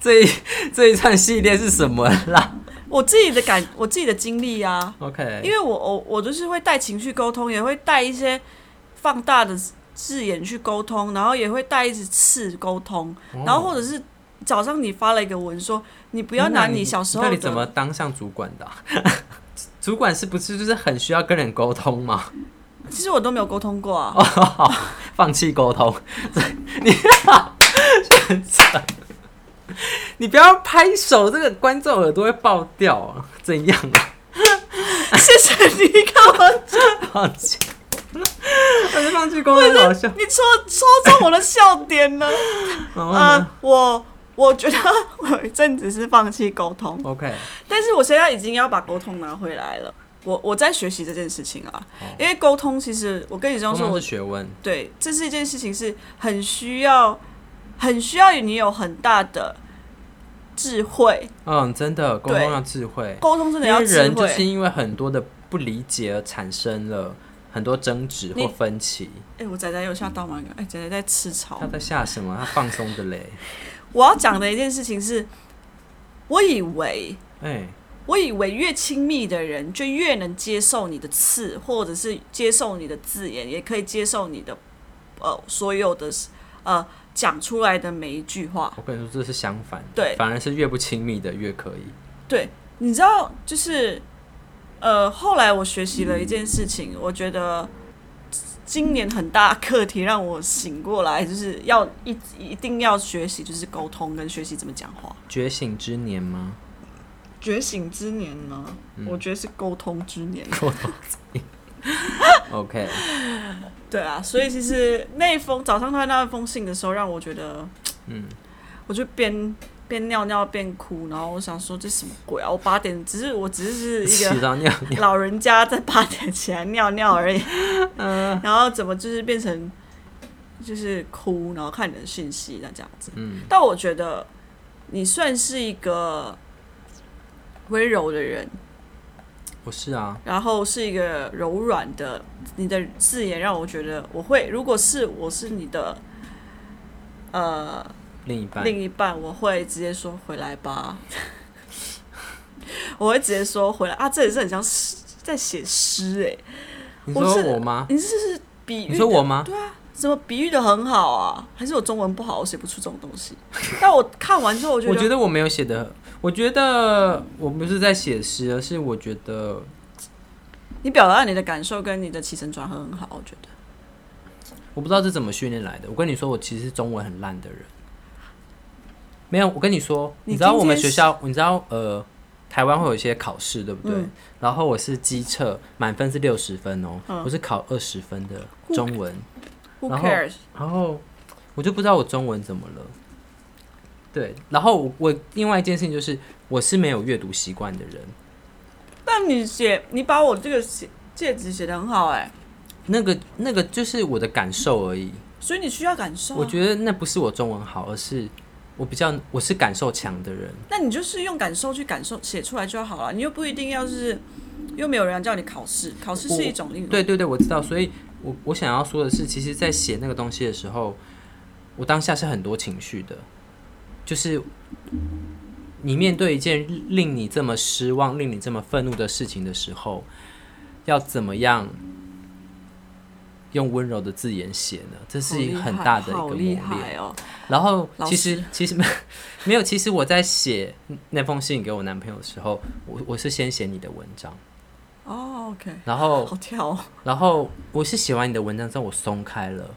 Speaker 1: 这一这一串系列是什么 啦
Speaker 2: 我自己的感，我自己的经历啊，因
Speaker 1: ？OK，
Speaker 2: 为我我我就是会带情绪沟通，也会带一些放大的字眼去沟通，然后也会带一直刺沟通，
Speaker 1: 哦
Speaker 2: 然后或者是早上你发了一个文说你不要
Speaker 1: 那
Speaker 2: 拿你小时候
Speaker 1: 那
Speaker 2: 的，
Speaker 1: 你怎么当上主管的啊、 主管是不是就是很需要跟人沟通吗？
Speaker 2: 其实我都没有沟通过
Speaker 1: 哦
Speaker 2: 啊，
Speaker 1: 放弃沟通， 你你不要拍手，这个观众耳朵会爆掉啊！怎样啊？
Speaker 2: 谢谢你干嘛？
Speaker 1: 放弃，我就放弃沟通，好笑。
Speaker 2: 你戳戳中我的笑点了。
Speaker 1: 嗯
Speaker 2: 呃，我我觉得我有一阵子是放弃沟通，
Speaker 1: ，OK，
Speaker 2: 但是我现在已经要把沟通拿回来了。我我在学习这件事情啊，
Speaker 1: 哦
Speaker 2: 因为沟通其实我跟你这样
Speaker 1: 沟
Speaker 2: 说，
Speaker 1: 通
Speaker 2: 我
Speaker 1: 是学问，
Speaker 2: 对这是一件事情是很需要，很需要你有很大的智慧，
Speaker 1: 嗯，真的，沟通
Speaker 2: 对
Speaker 1: 要智慧。
Speaker 2: 沟通真的
Speaker 1: 因
Speaker 2: 要
Speaker 1: 为
Speaker 2: 智
Speaker 1: 人就是
Speaker 2: 慧。
Speaker 1: 因为很多的不理解而产生了很多争执或
Speaker 2: 你
Speaker 1: 分歧。
Speaker 2: 哎、我仔仔有吓到吗？哎、仔仔在吃草
Speaker 1: 他。在下什么？他放松的嘞。
Speaker 2: 我要讲的一件事情是，我以为
Speaker 1: 哎、
Speaker 2: 我以为越亲密的人就越能接受你的刺，或者是接受你的字眼，也可以接受你的呃所有的呃讲出来的每一句话。
Speaker 1: 我跟你说，这是相反的，
Speaker 2: 对
Speaker 1: 反而是越不亲密的越可以。
Speaker 2: 对，你知道，就是呃，后来我学习了一件事情，我觉得今年很大课题让我醒过来，就是要一一定要学习，就是沟通跟学习怎么讲话。
Speaker 1: 觉醒之年吗？
Speaker 2: 觉醒之年呢，
Speaker 1: 嗯
Speaker 2: 我觉得是沟通之年。
Speaker 1: OK，
Speaker 2: 对啊，所以其实那一封早上他那封信的时候，让我觉得，
Speaker 1: 嗯，
Speaker 2: 我就边边尿尿边哭，然后我想说这什么鬼啊！我八点只是我只是一
Speaker 1: 洗
Speaker 2: 个
Speaker 1: 澡 尿尿，
Speaker 2: 老人家在八点起来尿尿而已，然后怎么就是变成就是哭，然后看你的讯息那这样子。
Speaker 1: 嗯，
Speaker 2: 但我觉得你算是一个温柔的人，
Speaker 1: 我是啊，
Speaker 2: 然后是一个柔软的，你的字眼让我觉得我会，如果是我是你的，呃，
Speaker 1: 另一半，
Speaker 2: 另一半，我会直接说回来吧， 我会直接说回来啊，这也是很像诗在写诗哎，
Speaker 1: 你
Speaker 2: 我
Speaker 1: 说
Speaker 2: 是
Speaker 1: 我吗？
Speaker 2: 你这是比喻的，
Speaker 1: 你说我吗？
Speaker 2: 怎么比喻的很好啊？还是我中文不好，我写不出这种东西？ 但我看完之后，我觉
Speaker 1: 我
Speaker 2: 得
Speaker 1: 觉得我没有写的，我觉得我不是在写诗，而是我觉得
Speaker 2: 你表达你的感受跟你的起承转合很好，我觉得
Speaker 1: 我不知道这怎么训练来的。我跟你说，我其实是中文很烂的人。没有，我跟你说，
Speaker 2: 你
Speaker 1: 你知道
Speaker 2: 今
Speaker 1: 我们
Speaker 2: 天
Speaker 1: 学
Speaker 2: 是
Speaker 1: 校，你知道呃，台湾会有一些考试，对不对？
Speaker 2: 嗯
Speaker 1: 然后我是机测，满分是六十分哦，
Speaker 2: 嗯
Speaker 1: 我是考二十分的中文，
Speaker 2: who
Speaker 1: 然后
Speaker 2: cares？
Speaker 1: 然后我就不知道我中文怎么了。对，然后我我另外一件事情就是，我是没有阅读习惯的人。
Speaker 2: 但你写，你把我这个写戒指写的很好哎、
Speaker 1: 那个那个就是我的感受而已，
Speaker 2: 所以你需要感受、啊。
Speaker 1: 我觉得那不是我中文好，而是我比较我是感受强的人。
Speaker 2: 那你就是用感受去感受，写出来就好了。你又不一定要是，又没有人叫你考试，考试是一种另
Speaker 1: 对对对，我知道。所以我我想要说的是，其实，在写那个东西的时候，我当下是很多情绪的，就是你面对一件令你这么失望、令你这么愤怒的事情的时候，要怎么样用温柔的字眼写呢？这是一个很大的一个
Speaker 2: 好
Speaker 1: 磨
Speaker 2: 厉
Speaker 1: 练。
Speaker 2: 害哦！
Speaker 1: 然后
Speaker 2: 老
Speaker 1: 其实其实没没有，其实我在写那封信给我男朋友的时候，我我是先写你的文章，
Speaker 2: 哦，OK，
Speaker 1: 然后
Speaker 2: 好跳哦。
Speaker 1: 然后我是写完你的文章之后，我松开了。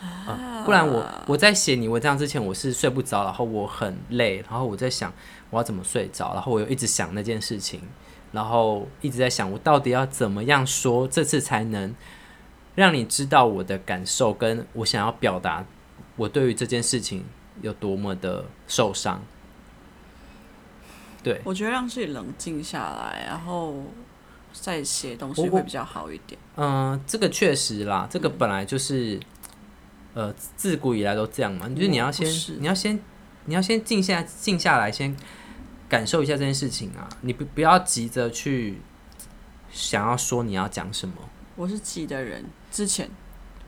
Speaker 1: 啊、不然我我在写你文章之前，我是睡不着，然后我很累，然后我在想我要怎么睡着，然后我又一直想那件事情，然后一直在想我到底要怎么样说，这次才能让你知道我的感受，跟我想要表达我对于这件事情有多么的受伤。对，
Speaker 2: 我觉得让自己冷静下来，然后再写东
Speaker 1: 我
Speaker 2: 西
Speaker 1: 我
Speaker 2: 会比较好一点。
Speaker 1: 嗯、这个确实啦，这个本来就是，呃，自古以来都这样嘛，就是你要
Speaker 2: 嗯不
Speaker 1: 先，
Speaker 2: 是
Speaker 1: 你要先，你要先静下静下来，先感受一下这件事情啊，你不不要急着去想要说你要讲什么。
Speaker 2: 我是急的人，之前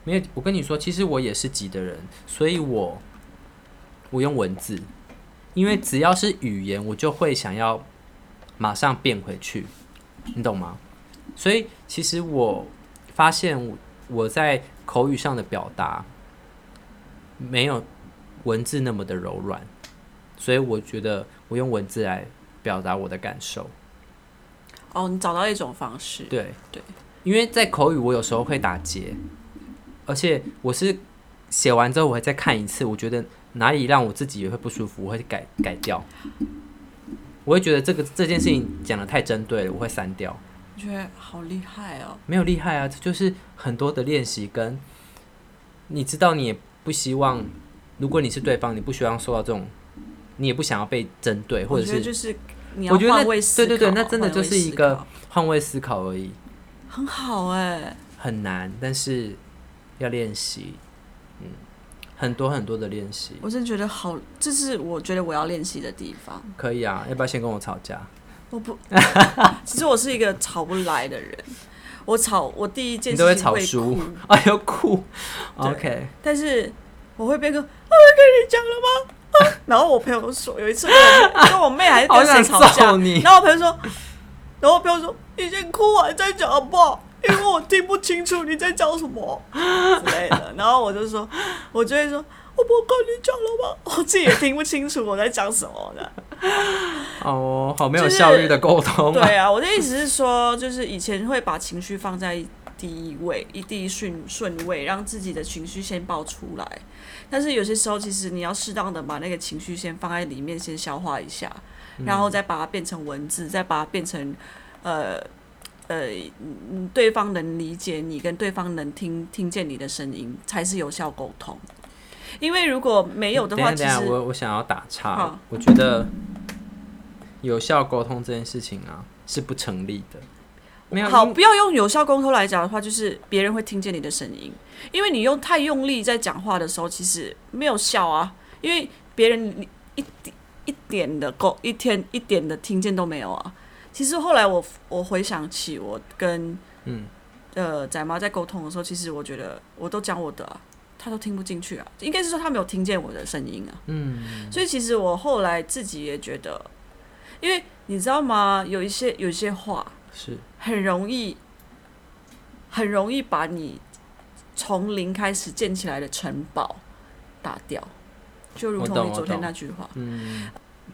Speaker 1: 没有，我跟你说，其实我也是急的人，所以我我用文字，因为只要是语言，我就会想要马上变回去，你懂吗？所以其实我发现我我在口语上的表达没有文字那么的柔软，所以我觉得我用文字来表达我的感受。
Speaker 2: 哦，你找到一种方式，
Speaker 1: 对
Speaker 2: 对，
Speaker 1: 因为在口语我有时候会打结，而且我是写完之后我会再看一次，我觉得哪里让我自己也会不舒服，我会改改掉。我会觉得这个这件事情讲的太针对了，我会删掉。
Speaker 2: 我觉得好厉害哦。
Speaker 1: 没有厉害啊，这就是很多的练习跟，你知道你也不希望，如果你是对方，你不希望受到这种，你也不想要被针对，或
Speaker 2: 我
Speaker 1: 者
Speaker 2: 觉得
Speaker 1: 是
Speaker 2: 就是你
Speaker 1: 我
Speaker 2: 要
Speaker 1: 觉得那
Speaker 2: 换位思考，
Speaker 1: 对对对那真的
Speaker 2: 换位
Speaker 1: 就是一
Speaker 2: 思
Speaker 1: 个
Speaker 2: 考
Speaker 1: 换位思考而已。
Speaker 2: 很好哎、
Speaker 1: 很难，但是要练习，嗯，很多很多的练习，
Speaker 2: 我真的觉得好，这是我觉得我要练习的地方。
Speaker 1: 可以啊，要不要先跟我吵架？
Speaker 2: 我不，其实我是一个吵不来的人。我吵，我第一件
Speaker 1: 你都会
Speaker 2: 事情
Speaker 1: 吵
Speaker 2: 会
Speaker 1: 输
Speaker 2: 哭，
Speaker 1: 哎呦酷
Speaker 2: 对
Speaker 1: ，OK，
Speaker 2: 但是我会变个，啊我跟你讲了吗？啊然后我朋友说，有一次跟我妹跟我妹还是
Speaker 1: 好
Speaker 2: 跟谁
Speaker 1: 想
Speaker 2: 吵架，
Speaker 1: 揍你，
Speaker 2: 然后我朋友说，然后我朋友说，你先哭完再讲好不好？因为我听不清楚你在讲什么之类的。然后我就说，我就会说，我不跟你讲了吗？我自己也听不清楚我在讲什么的。
Speaker 1: 哦，好没有
Speaker 2: 就是
Speaker 1: 效率的沟通啊，
Speaker 2: 对啊，我的意思是说，就是以前会把情绪放在第一位，一第一顺顺位，让自己的情绪先爆出来。但是有些时候，其实你要适当的把那个情绪先放在里面，先消化一下，
Speaker 1: 嗯
Speaker 2: 然后再把它变成文字，再把它变成呃呃，嗯对方能理解你，跟对方能听听见你的声音，才是有效沟通。因为如果没有的
Speaker 1: 等
Speaker 2: 话，
Speaker 1: 一下
Speaker 2: 其
Speaker 1: 等一下，
Speaker 2: 实
Speaker 1: 我我想要打岔
Speaker 2: 好，
Speaker 1: 我觉得有效沟通这件事情啊是不成立的，没有
Speaker 2: 好，
Speaker 1: 因
Speaker 2: 不要用有效沟通来讲的话，就是别人会听见你的声音，因为你用太用力在讲话的时候，其实没有效啊，因为别人一一点的沟一天一点的听见都没有啊。其实后来我我回想起我跟
Speaker 1: 嗯
Speaker 2: 呃仔妈在沟通的时候，其实我觉得我都讲我的啊、她都听不进去啊，应该是说她没有听见我的声音啊。
Speaker 1: 嗯，
Speaker 2: 所以其实我后来自己也觉得，因为你知道吗？有一些有一些话，
Speaker 1: 是
Speaker 2: 很容易，很容易把你从零开始建起来的城堡打掉，就如
Speaker 1: 我
Speaker 2: 同
Speaker 1: 懂
Speaker 2: 你
Speaker 1: 我
Speaker 2: 昨天
Speaker 1: 懂
Speaker 2: 那句话。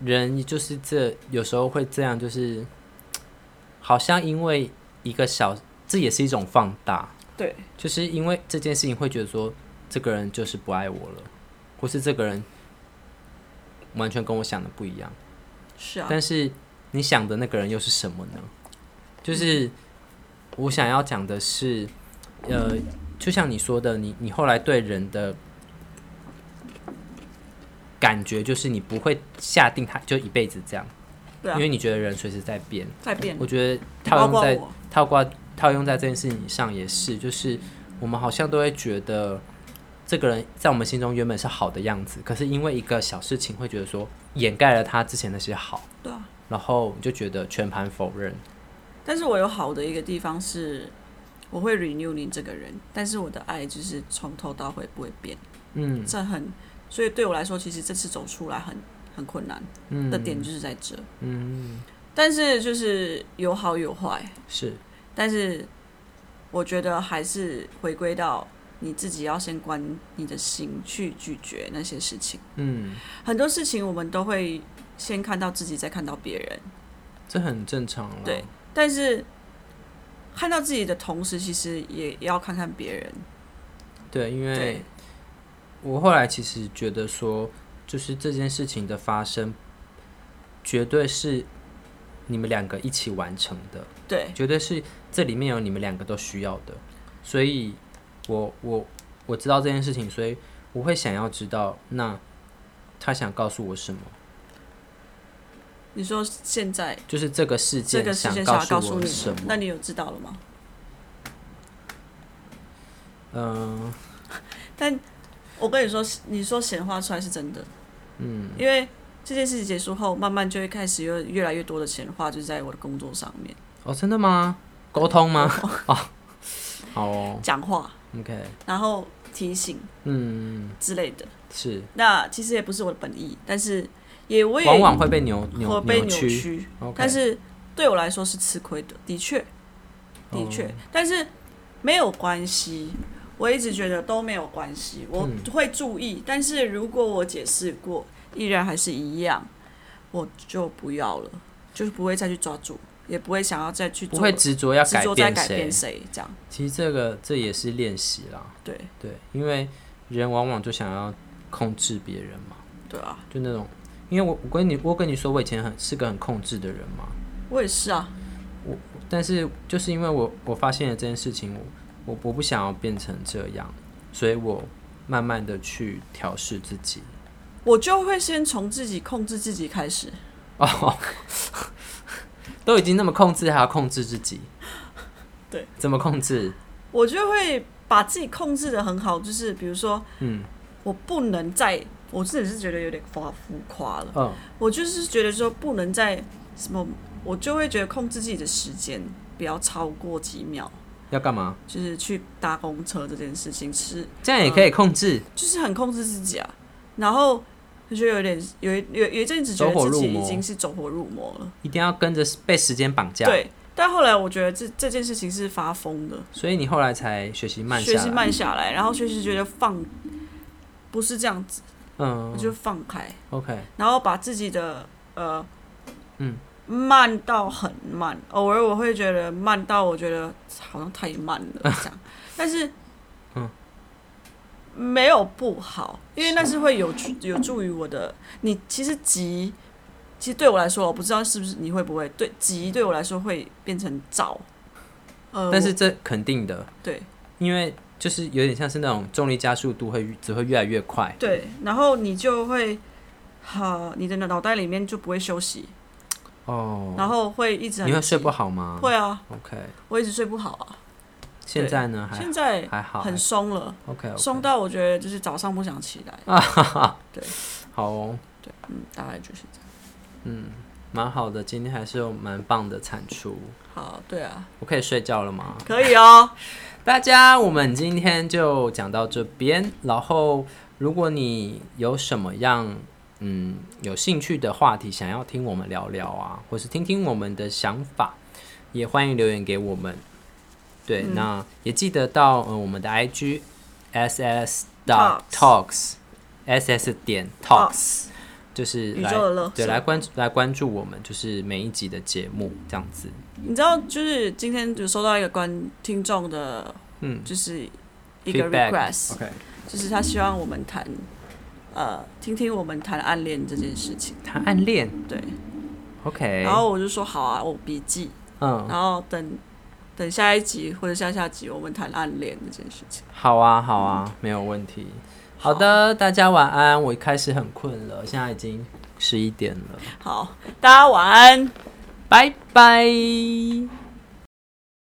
Speaker 1: 人就是这有时候会这样，就是好像因为一个小，这也是一种放大，
Speaker 2: 对，
Speaker 1: 就是因为这件事情会觉得说，这个人就是不爱我了，或是这个人完全跟我想的不一样。
Speaker 2: 是啊，
Speaker 1: 但是你想的那个人又是什么呢？就是我想要讲的是，呃，就像你说的，你你后来对人的感觉就是你不会下定他就一辈子这样，
Speaker 2: 对啊
Speaker 1: 因，为你觉得人随时在变。
Speaker 2: 在变，
Speaker 1: 我觉得套
Speaker 2: 包
Speaker 1: 用
Speaker 2: 括
Speaker 1: 在
Speaker 2: 我，
Speaker 1: 套挂套用在这件事情上也是，就是我们好像都会觉得这个人在我们心中原本是好的样子，可是因为一个小事情会觉得说掩盖了他之前那些好，
Speaker 2: 对啊。
Speaker 1: 然后你就觉得全盘否认。
Speaker 2: 但是我有好的一个地方是，我会 renew 你这个人，但是我的爱就是从头到尾不会变，
Speaker 1: 嗯
Speaker 2: 这很，所以对我来说，其实这次走出来很很困难
Speaker 1: 嗯
Speaker 2: 的点就是在这。
Speaker 1: 嗯
Speaker 2: 但是就是有好有坏，
Speaker 1: 是
Speaker 2: 但是我觉得还是回归到你自己要先关你的心去拒绝那些事情。
Speaker 1: 嗯，
Speaker 2: 很多事情我们都会先看到自己，再看到别人，
Speaker 1: 这很正常了。啊
Speaker 2: 对，但是看到自己的同时，其实也也要看看别人。
Speaker 1: 对，因为
Speaker 2: 对
Speaker 1: 我后来其实觉得说，就是这件事情的发生，绝对是你们两个一起完成的，
Speaker 2: 对，
Speaker 1: 绝对是这里面有你们两个都需要的，所以我我我知道这件事情，所以我会想要知道那他想告诉我什么，
Speaker 2: 你说现在
Speaker 1: 就是这个事
Speaker 2: 这
Speaker 1: 件
Speaker 2: 个事
Speaker 1: 想
Speaker 2: 件
Speaker 1: 告
Speaker 2: 想要
Speaker 1: 诉
Speaker 2: 告诉
Speaker 1: 我
Speaker 2: 你
Speaker 1: 什么。
Speaker 2: 那你有知道了吗？
Speaker 1: 嗯
Speaker 2: 但我跟你说，你说显化出来是真的，嗯，因为这件事情结束后，慢慢就会开始越越来越多的显化，就是在我的工作上面
Speaker 1: 哦，真的吗？沟通 吗？哦，好哦
Speaker 2: 讲话，
Speaker 1: ，OK，
Speaker 2: 然后提醒
Speaker 1: 嗯，
Speaker 2: 之类的。
Speaker 1: 是，
Speaker 2: 那其实也不是我的本意，但是也我也
Speaker 1: 往往会被扭扭
Speaker 2: 会被扭
Speaker 1: 曲，
Speaker 2: 曲，
Speaker 1: OK
Speaker 2: 但是对我来说是吃亏的，的确，
Speaker 1: 哦
Speaker 2: 的确，但是没有关系。我一直觉得都没有关系，我
Speaker 1: 嗯
Speaker 2: 会注意。但是如果我解释过，依然还是一样，我就不要了，就是不会再去抓住，也不会想要再去
Speaker 1: 不
Speaker 2: 做
Speaker 1: 会执着要
Speaker 2: 执
Speaker 1: 改
Speaker 2: 着在
Speaker 1: 变
Speaker 2: 改
Speaker 1: 谁
Speaker 2: 变。谁这样。
Speaker 1: 其实这个这也是练习啦，
Speaker 2: 对
Speaker 1: 对，因为人往往就想要控制别人嘛，
Speaker 2: 对啊，
Speaker 1: 就那种，因为我我跟你我跟你说，我以前很是个很控制的人嘛，
Speaker 2: 我也是啊，
Speaker 1: 但是就是因为我我发现了这件事情，我我我不想要变成这样，所以我慢慢的去调试自己。
Speaker 2: 我就会先从自己控制自己开始。
Speaker 1: 哦， 都已经那么控制，还要控制自己？
Speaker 2: 对，
Speaker 1: 怎么控制？
Speaker 2: 我就会把自己控制的很好，就是比如说，
Speaker 1: 嗯，
Speaker 2: 我不能再，我自己是觉得有点夸浮夸了，
Speaker 1: 嗯，
Speaker 2: 我就是觉得说不能再什么，我就会觉得控制自己的时间不要超过几秒，
Speaker 1: 要干嘛？
Speaker 2: 就是去搭公车这件事情是
Speaker 1: 这样也可以控制，
Speaker 2: 就是很控制自己啊，然后就觉得有点有一有有一阵子觉
Speaker 1: 走火
Speaker 2: 得自
Speaker 1: 入
Speaker 2: 己
Speaker 1: 魔
Speaker 2: 已经是走火入魔了，
Speaker 1: 一定要跟着被时间绑架。，
Speaker 2: 对，但后来我觉得这这件事情是发疯的，
Speaker 1: 所以你后来才学习慢
Speaker 2: 学
Speaker 1: 下
Speaker 2: 习
Speaker 1: 来。
Speaker 2: 慢下来，然后学习觉得放不是这样子，我
Speaker 1: 嗯
Speaker 2: 就放开，
Speaker 1: ，OK，
Speaker 2: 然后把自己的呃，嗯，慢到很慢，偶尔我会觉得慢到我觉得好像太慢了这 样，但是
Speaker 1: 嗯，
Speaker 2: 没有不好，因为那是会有助有助于我的。你其实急，其实对我来说，我不知道是不是你会不会对急对我来说会变成躁，呃，
Speaker 1: 但
Speaker 2: 我
Speaker 1: 是这肯定的，
Speaker 2: 对
Speaker 1: 因为就是有点像是那种重力加速度会越只会越来越快。
Speaker 2: 对，然后你就会。好，你的脑袋里面就不会休息，
Speaker 1: 哦，
Speaker 2: 然后会一直很
Speaker 1: 你会睡
Speaker 2: 急
Speaker 1: 不好吗
Speaker 2: 会啊，
Speaker 1: ？OK，
Speaker 2: 我一直睡不好啊。
Speaker 1: 现在呢还
Speaker 2: 现在
Speaker 1: 还好，
Speaker 2: 很松了，
Speaker 1: OK，
Speaker 2: 松到我觉得就是早上不想起来。
Speaker 1: 好哦，
Speaker 2: 嗯，大概就是这样。
Speaker 1: 蛮好的，今天还是有蛮棒的产出。
Speaker 2: 好，对啊，
Speaker 1: 我可以睡觉了吗？
Speaker 2: 可以哦。
Speaker 1: 大家，我们今天就讲到这边。然后，如果你有什么样嗯有兴趣的话题，想要听我们聊聊啊，或是听听我们的想法，也欢迎留言给我们。对，那也记得到呃我们的 IG S S dot talks S S 点 talks，就是
Speaker 2: 宇
Speaker 1: 来
Speaker 2: 宙的乐
Speaker 1: 对
Speaker 2: 色
Speaker 1: 来关注来关注我们，就是每一集的节目这样子。
Speaker 2: 你知道，就是今天有收到一个观听众的，
Speaker 1: 嗯，
Speaker 2: 就是一个
Speaker 1: Feedback
Speaker 2: request，
Speaker 1: OK，
Speaker 2: 就是他希望我们谈，呃，听听我们谈暗恋这件事情。
Speaker 1: 谈暗恋
Speaker 2: 对，
Speaker 1: OK，
Speaker 2: 然后我就说好啊，我笔记，
Speaker 1: 嗯。
Speaker 2: 然后等等下一集或者下下集我们谈暗恋这件事情。
Speaker 1: 好啊，好啊，没有问题。好的，大家晚安。我一开始很困了，现在已经十一点了，
Speaker 2: 好，大家晚安。
Speaker 1: 拜拜。